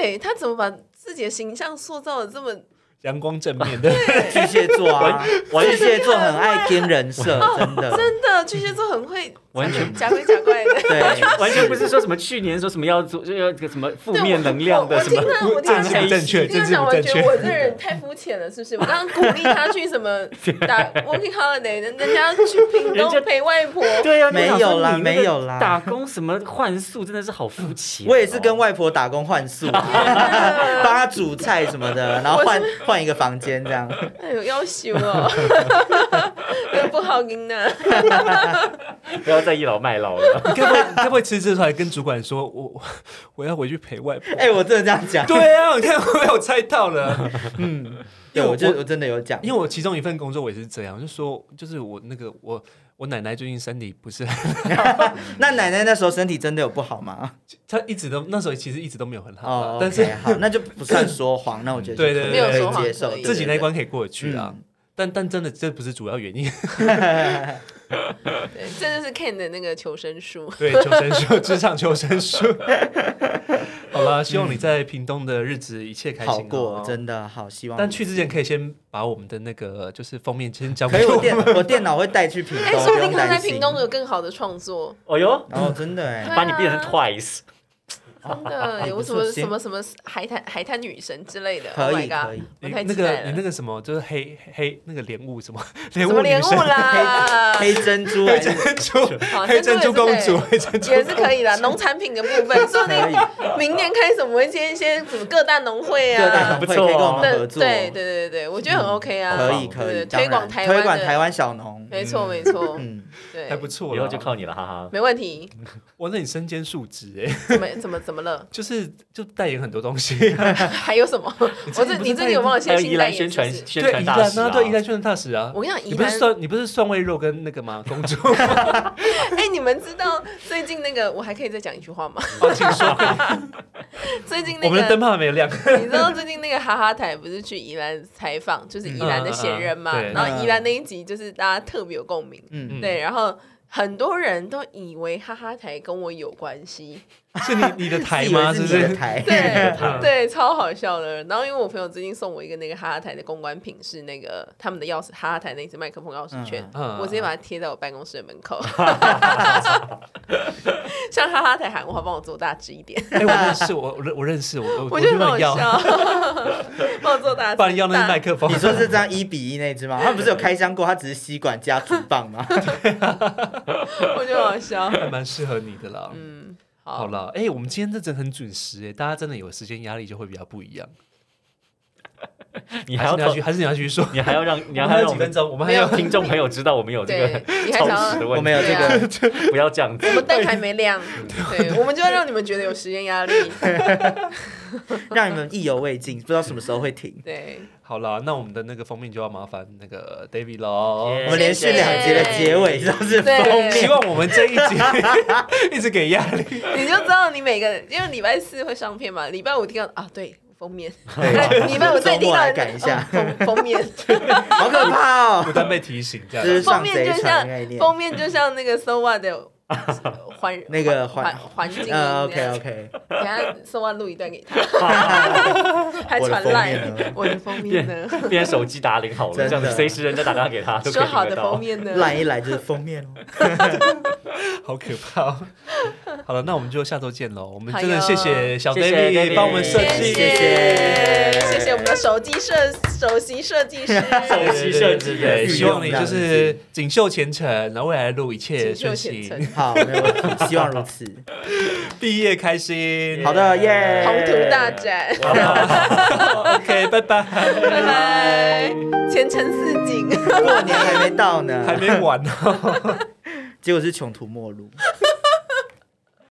Speaker 1: 对他怎么把自己的形象塑造的这么
Speaker 2: 阳光正面的，
Speaker 4: 巨蟹座啊，
Speaker 3: 完
Speaker 4: 巨蟹座很爱跟人设，真的，
Speaker 1: 真的巨蟹座很会
Speaker 3: 完全
Speaker 1: 假鬼假怪的。
Speaker 4: 对，
Speaker 3: 完全不是说什么去年说什么要做就要这个什么 负
Speaker 1: 对我
Speaker 3: 面能量
Speaker 1: 我
Speaker 3: 的
Speaker 1: 我
Speaker 3: 什么
Speaker 1: 听到我听
Speaker 3: 暗
Speaker 1: 到
Speaker 3: 黑
Speaker 2: 这是 正确
Speaker 1: 你这样讲完，觉
Speaker 2: 政治不正确
Speaker 1: 得我这人太肤浅了，是不是？我刚刚鼓励他去什 么打 working holiday，人人家去屏
Speaker 3: 人家
Speaker 1: 东陪外婆，
Speaker 3: 对呀、啊，
Speaker 4: 没有
Speaker 3: 你想说
Speaker 4: 啦
Speaker 3: 你那个
Speaker 4: 没有啦
Speaker 3: 打工什么换宿真的是好肤浅哦、
Speaker 4: 我也是跟外婆打工 换宿，帮她煮菜什么的，然后换换一个房间这样。
Speaker 1: 哎呦，要羞哦， 不好啊听呢。
Speaker 3: 不要再倚老卖老了。
Speaker 2: 你该 不会你该不会吃这出来跟主管说，我我我要回去陪外婆？
Speaker 4: 哎、我真的这样讲，
Speaker 2: 对啊，你看我有猜到 了，
Speaker 4: 嗯，
Speaker 2: 因
Speaker 4: 对，
Speaker 2: 为
Speaker 4: 我就
Speaker 2: 我
Speaker 4: 我真的有讲，
Speaker 2: 因为我其中一份工作我也是这样，就说就是我那个我我奶奶最近身体不是，
Speaker 4: 那奶奶那时候身体真的有不好吗？
Speaker 2: 她一直都那时候其实一直都没有很好啦，
Speaker 4: 哦，
Speaker 2: 但是
Speaker 4: OK，好，那就不算说谎，那我觉得
Speaker 2: 对对对没有说
Speaker 4: 可
Speaker 1: 谎
Speaker 4: 以接受
Speaker 1: 可以
Speaker 2: 自己那一。
Speaker 4: 对对对嗯
Speaker 2: 关可以过得去啊。但但真的这不是主要原因，
Speaker 1: 对这就是 Ken 的那个求生术。
Speaker 2: 对求生术，职场求生术。好啦，希望你在屏东的日子一切开
Speaker 4: 好
Speaker 2: 心、哦。
Speaker 4: 过，真的好，希望。
Speaker 2: 但去之前可以先把我们的那个就是封面先交
Speaker 4: 可
Speaker 2: 给
Speaker 4: 以，
Speaker 2: 我
Speaker 4: 我
Speaker 2: 们。
Speaker 4: 电我电脑会带去屏
Speaker 1: 哎，
Speaker 4: 东，
Speaker 1: 说不
Speaker 4: 不
Speaker 1: 定
Speaker 4: 用
Speaker 1: 他在
Speaker 4: 担心。
Speaker 1: 屏东有更好的创 作，
Speaker 3: 哦哟，
Speaker 4: 哦，真的 哎，
Speaker 1: 对啊
Speaker 3: 把你变成 Twice，
Speaker 1: 真的
Speaker 4: 哎
Speaker 1: 有
Speaker 4: 不
Speaker 1: 什
Speaker 4: 错
Speaker 1: 么
Speaker 4: 行
Speaker 1: 什么什么海滩海滩女神之类的。
Speaker 4: 可
Speaker 1: oh
Speaker 4: 以
Speaker 1: my
Speaker 4: 可
Speaker 1: god，
Speaker 4: 以
Speaker 1: 我
Speaker 2: 你
Speaker 1: 太
Speaker 2: 那
Speaker 1: 期
Speaker 2: 个
Speaker 1: 待
Speaker 2: 你
Speaker 1: 了
Speaker 2: 那。个什么，就是黑黑那个莲雾什么莲
Speaker 1: 什
Speaker 2: 雾
Speaker 1: 么
Speaker 2: 女
Speaker 1: 莲雾啊
Speaker 2: 神，
Speaker 1: 啦？
Speaker 4: 黑珍 珠还是
Speaker 2: 珍珠
Speaker 1: 好
Speaker 2: 黑
Speaker 1: 珍
Speaker 2: 珍
Speaker 1: 珠
Speaker 2: 珠公
Speaker 1: 也是
Speaker 2: 主，
Speaker 1: 可以
Speaker 2: 黑珍珠
Speaker 1: 也是可以的，农产品的部分，说不
Speaker 4: 可以
Speaker 1: 定明年开始我们会接一些什么各大农会
Speaker 4: 各大
Speaker 1: 啊，
Speaker 4: 农
Speaker 3: 不
Speaker 4: 会
Speaker 3: 错
Speaker 4: 可以跟
Speaker 3: 哦
Speaker 4: 我们
Speaker 1: 对
Speaker 4: 合作，嗯
Speaker 1: 对对对对，我觉得很 OK 啊，
Speaker 4: 可以
Speaker 1: 对
Speaker 4: 可以，
Speaker 1: 对
Speaker 4: 当
Speaker 1: 推
Speaker 4: 然
Speaker 1: 广台湾
Speaker 4: 推广
Speaker 1: 的
Speaker 4: 台，湾小农，
Speaker 1: 没错没错，
Speaker 4: 嗯，
Speaker 1: 对
Speaker 2: 还，不错
Speaker 3: 以
Speaker 2: 啦，
Speaker 3: 后就靠你了，哈哈。
Speaker 1: 没问题，
Speaker 2: 哇，那你身兼数职哎，
Speaker 1: 怎么怎么怎么了？
Speaker 2: 就是就代言很多东西，
Speaker 1: 还有什 么？我
Speaker 2: 前
Speaker 1: 这
Speaker 2: 不是
Speaker 1: 你最近有帮我
Speaker 3: 还
Speaker 1: 写
Speaker 3: 有
Speaker 1: 新
Speaker 3: 宜
Speaker 1: 代
Speaker 3: 兰
Speaker 1: 言
Speaker 3: 宣
Speaker 1: 是不
Speaker 3: 传
Speaker 1: 是？
Speaker 3: 宣
Speaker 2: 对
Speaker 3: 传
Speaker 2: 宜
Speaker 3: 大
Speaker 2: 兰
Speaker 3: 使
Speaker 2: 啊，
Speaker 3: 啊，
Speaker 2: 对宜兰宣传大使啊。
Speaker 1: 我跟你讲，
Speaker 2: 你
Speaker 1: 宜
Speaker 2: 不是
Speaker 1: 兰，
Speaker 2: 蒜你不是蒜味肉跟那个吗？ 公主，
Speaker 1: 哎，你们知道最近那个，我还可以再讲一句 话吗？
Speaker 2: 好哦请说。
Speaker 1: 最近那
Speaker 2: 我们的灯
Speaker 1: 个，
Speaker 2: 泡还没有亮。
Speaker 1: 你知道最近那个哈哈台不是去宜兰采访，就是宜兰的闲人嘛，
Speaker 2: 嗯嗯嗯对
Speaker 1: 然后宜兰那一集就是大家特别有共鸣，
Speaker 4: 嗯，
Speaker 1: 对，然后很多人都以为哈哈台跟我有关系，
Speaker 2: 是你你的台
Speaker 4: 自以为
Speaker 2: 吗？是不
Speaker 4: 是你的
Speaker 2: 是？
Speaker 4: 台，
Speaker 1: 对
Speaker 2: 嗯
Speaker 1: 对，超好笑的。然后因为我朋友最近送我一个那个哈哈台的公关品，是那个他们的钥匙，哈哈台那只麦克风钥匙圈，
Speaker 2: 嗯嗯
Speaker 1: 我直接把它贴在我办公室的门 口， 像哈哈台喊话帮我做大只一点，
Speaker 2: 哎，我认识，我我认我认识，我
Speaker 1: 我觉
Speaker 2: 就
Speaker 1: 得很好
Speaker 2: 帮你
Speaker 1: 笑
Speaker 2: 要，，
Speaker 1: 帮我做 大只，
Speaker 2: 帮你要那个麦克风
Speaker 4: 你。说是这张一比一那只吗？他不是有开箱过，它只是吸管加竹 棒吗？
Speaker 1: 大，我觉得好 笑，
Speaker 2: 还蛮适合你的啦。
Speaker 1: 嗯，
Speaker 2: 好
Speaker 1: 好，
Speaker 2: 了，哎、我们今天这真的很准时哎，大家真的有时间压力就会比较不一样。
Speaker 3: 你还
Speaker 2: 还
Speaker 3: 要
Speaker 2: 是啊你要
Speaker 3: 投
Speaker 2: 去，还是你要去 说？
Speaker 3: 你还要让你
Speaker 2: 我
Speaker 3: 要
Speaker 2: 们还
Speaker 3: 让
Speaker 2: 有
Speaker 3: 我
Speaker 2: 几分
Speaker 3: 们
Speaker 2: 钟，我们还
Speaker 1: 没
Speaker 2: 有
Speaker 1: 有
Speaker 3: 听众朋友知道我们有这
Speaker 1: 对
Speaker 3: 个，
Speaker 1: 你还
Speaker 3: 超
Speaker 1: 想
Speaker 3: 时的
Speaker 1: 要。
Speaker 3: 问
Speaker 4: 我
Speaker 3: 题，
Speaker 4: 们有这个，
Speaker 3: 不要这样子
Speaker 1: 我。们灯还没亮，
Speaker 2: 嗯
Speaker 1: 对，我们就要让你们觉得有时间压力。
Speaker 4: 让你们意犹未尽，不知道什么时候会停。
Speaker 1: 对，
Speaker 2: 好了，那我们的那个封面就要麻烦那个 David 喽。
Speaker 3: Yeah
Speaker 4: 我们连续两集的结尾都是封面，
Speaker 1: 对
Speaker 2: 希望我们这一集 一直给压力。
Speaker 1: 你就知道你每个，因为礼拜四会上片嘛，礼拜五听到啊，对，封面，
Speaker 4: 对 啊
Speaker 1: 礼拜五再
Speaker 4: 周
Speaker 1: 听
Speaker 4: 末
Speaker 1: 到
Speaker 4: 来改一下
Speaker 1: 哦，封封 面，
Speaker 4: 好可怕
Speaker 2: 不
Speaker 4: 哦！
Speaker 2: 断被提醒这
Speaker 4: 这是
Speaker 2: 样。
Speaker 1: 封
Speaker 4: 上
Speaker 1: 面
Speaker 4: 贼
Speaker 1: 就
Speaker 4: 船的概
Speaker 1: 像，
Speaker 4: 念
Speaker 1: 封面就像那个 So What 的环
Speaker 4: 那个
Speaker 1: 环
Speaker 4: 环
Speaker 1: 环境音
Speaker 4: 呃
Speaker 1: 那
Speaker 4: ，OK
Speaker 1: 样，
Speaker 4: OK，
Speaker 1: 等一下 So What 录一段给 他，还
Speaker 4: 我的
Speaker 1: 传
Speaker 4: 封
Speaker 1: 来
Speaker 4: 面呢
Speaker 1: 我的封面
Speaker 3: 变
Speaker 1: 呢，
Speaker 3: 变成手机打铃好了，
Speaker 4: 真的
Speaker 3: 这样子随时人家打电话给他都可
Speaker 1: 说
Speaker 3: 以听
Speaker 1: 好
Speaker 3: 得
Speaker 1: 的
Speaker 3: 到
Speaker 1: 封。面呢，
Speaker 4: 烂一来就是封面哦。
Speaker 2: 好可怕、哦。好了，那我们就下周见喽。我们
Speaker 1: 好哟
Speaker 2: 真的谢谢小
Speaker 3: 谢谢
Speaker 2: David 帮我们设
Speaker 1: 谢
Speaker 2: 计，
Speaker 1: 谢
Speaker 4: 谢谢
Speaker 1: 谢谢我们的手机设首席设计师，
Speaker 3: 首席设计
Speaker 2: 对，
Speaker 4: 运用
Speaker 2: 希望你
Speaker 4: 这样
Speaker 2: 就
Speaker 4: 子
Speaker 2: 是锦绣前程，然后未来的路一切
Speaker 1: 锦绣
Speaker 2: 顺
Speaker 1: 前
Speaker 2: 心
Speaker 1: 程，
Speaker 4: 好，没有问题，希望如此。
Speaker 2: 毕业开心。
Speaker 4: 好的，耶！
Speaker 1: 宏图大展，
Speaker 2: ，OK，拜拜。
Speaker 1: 拜拜，前程似锦。
Speaker 4: 过年还没到呢，
Speaker 2: 还没完呢、
Speaker 4: 结果是穷途末路。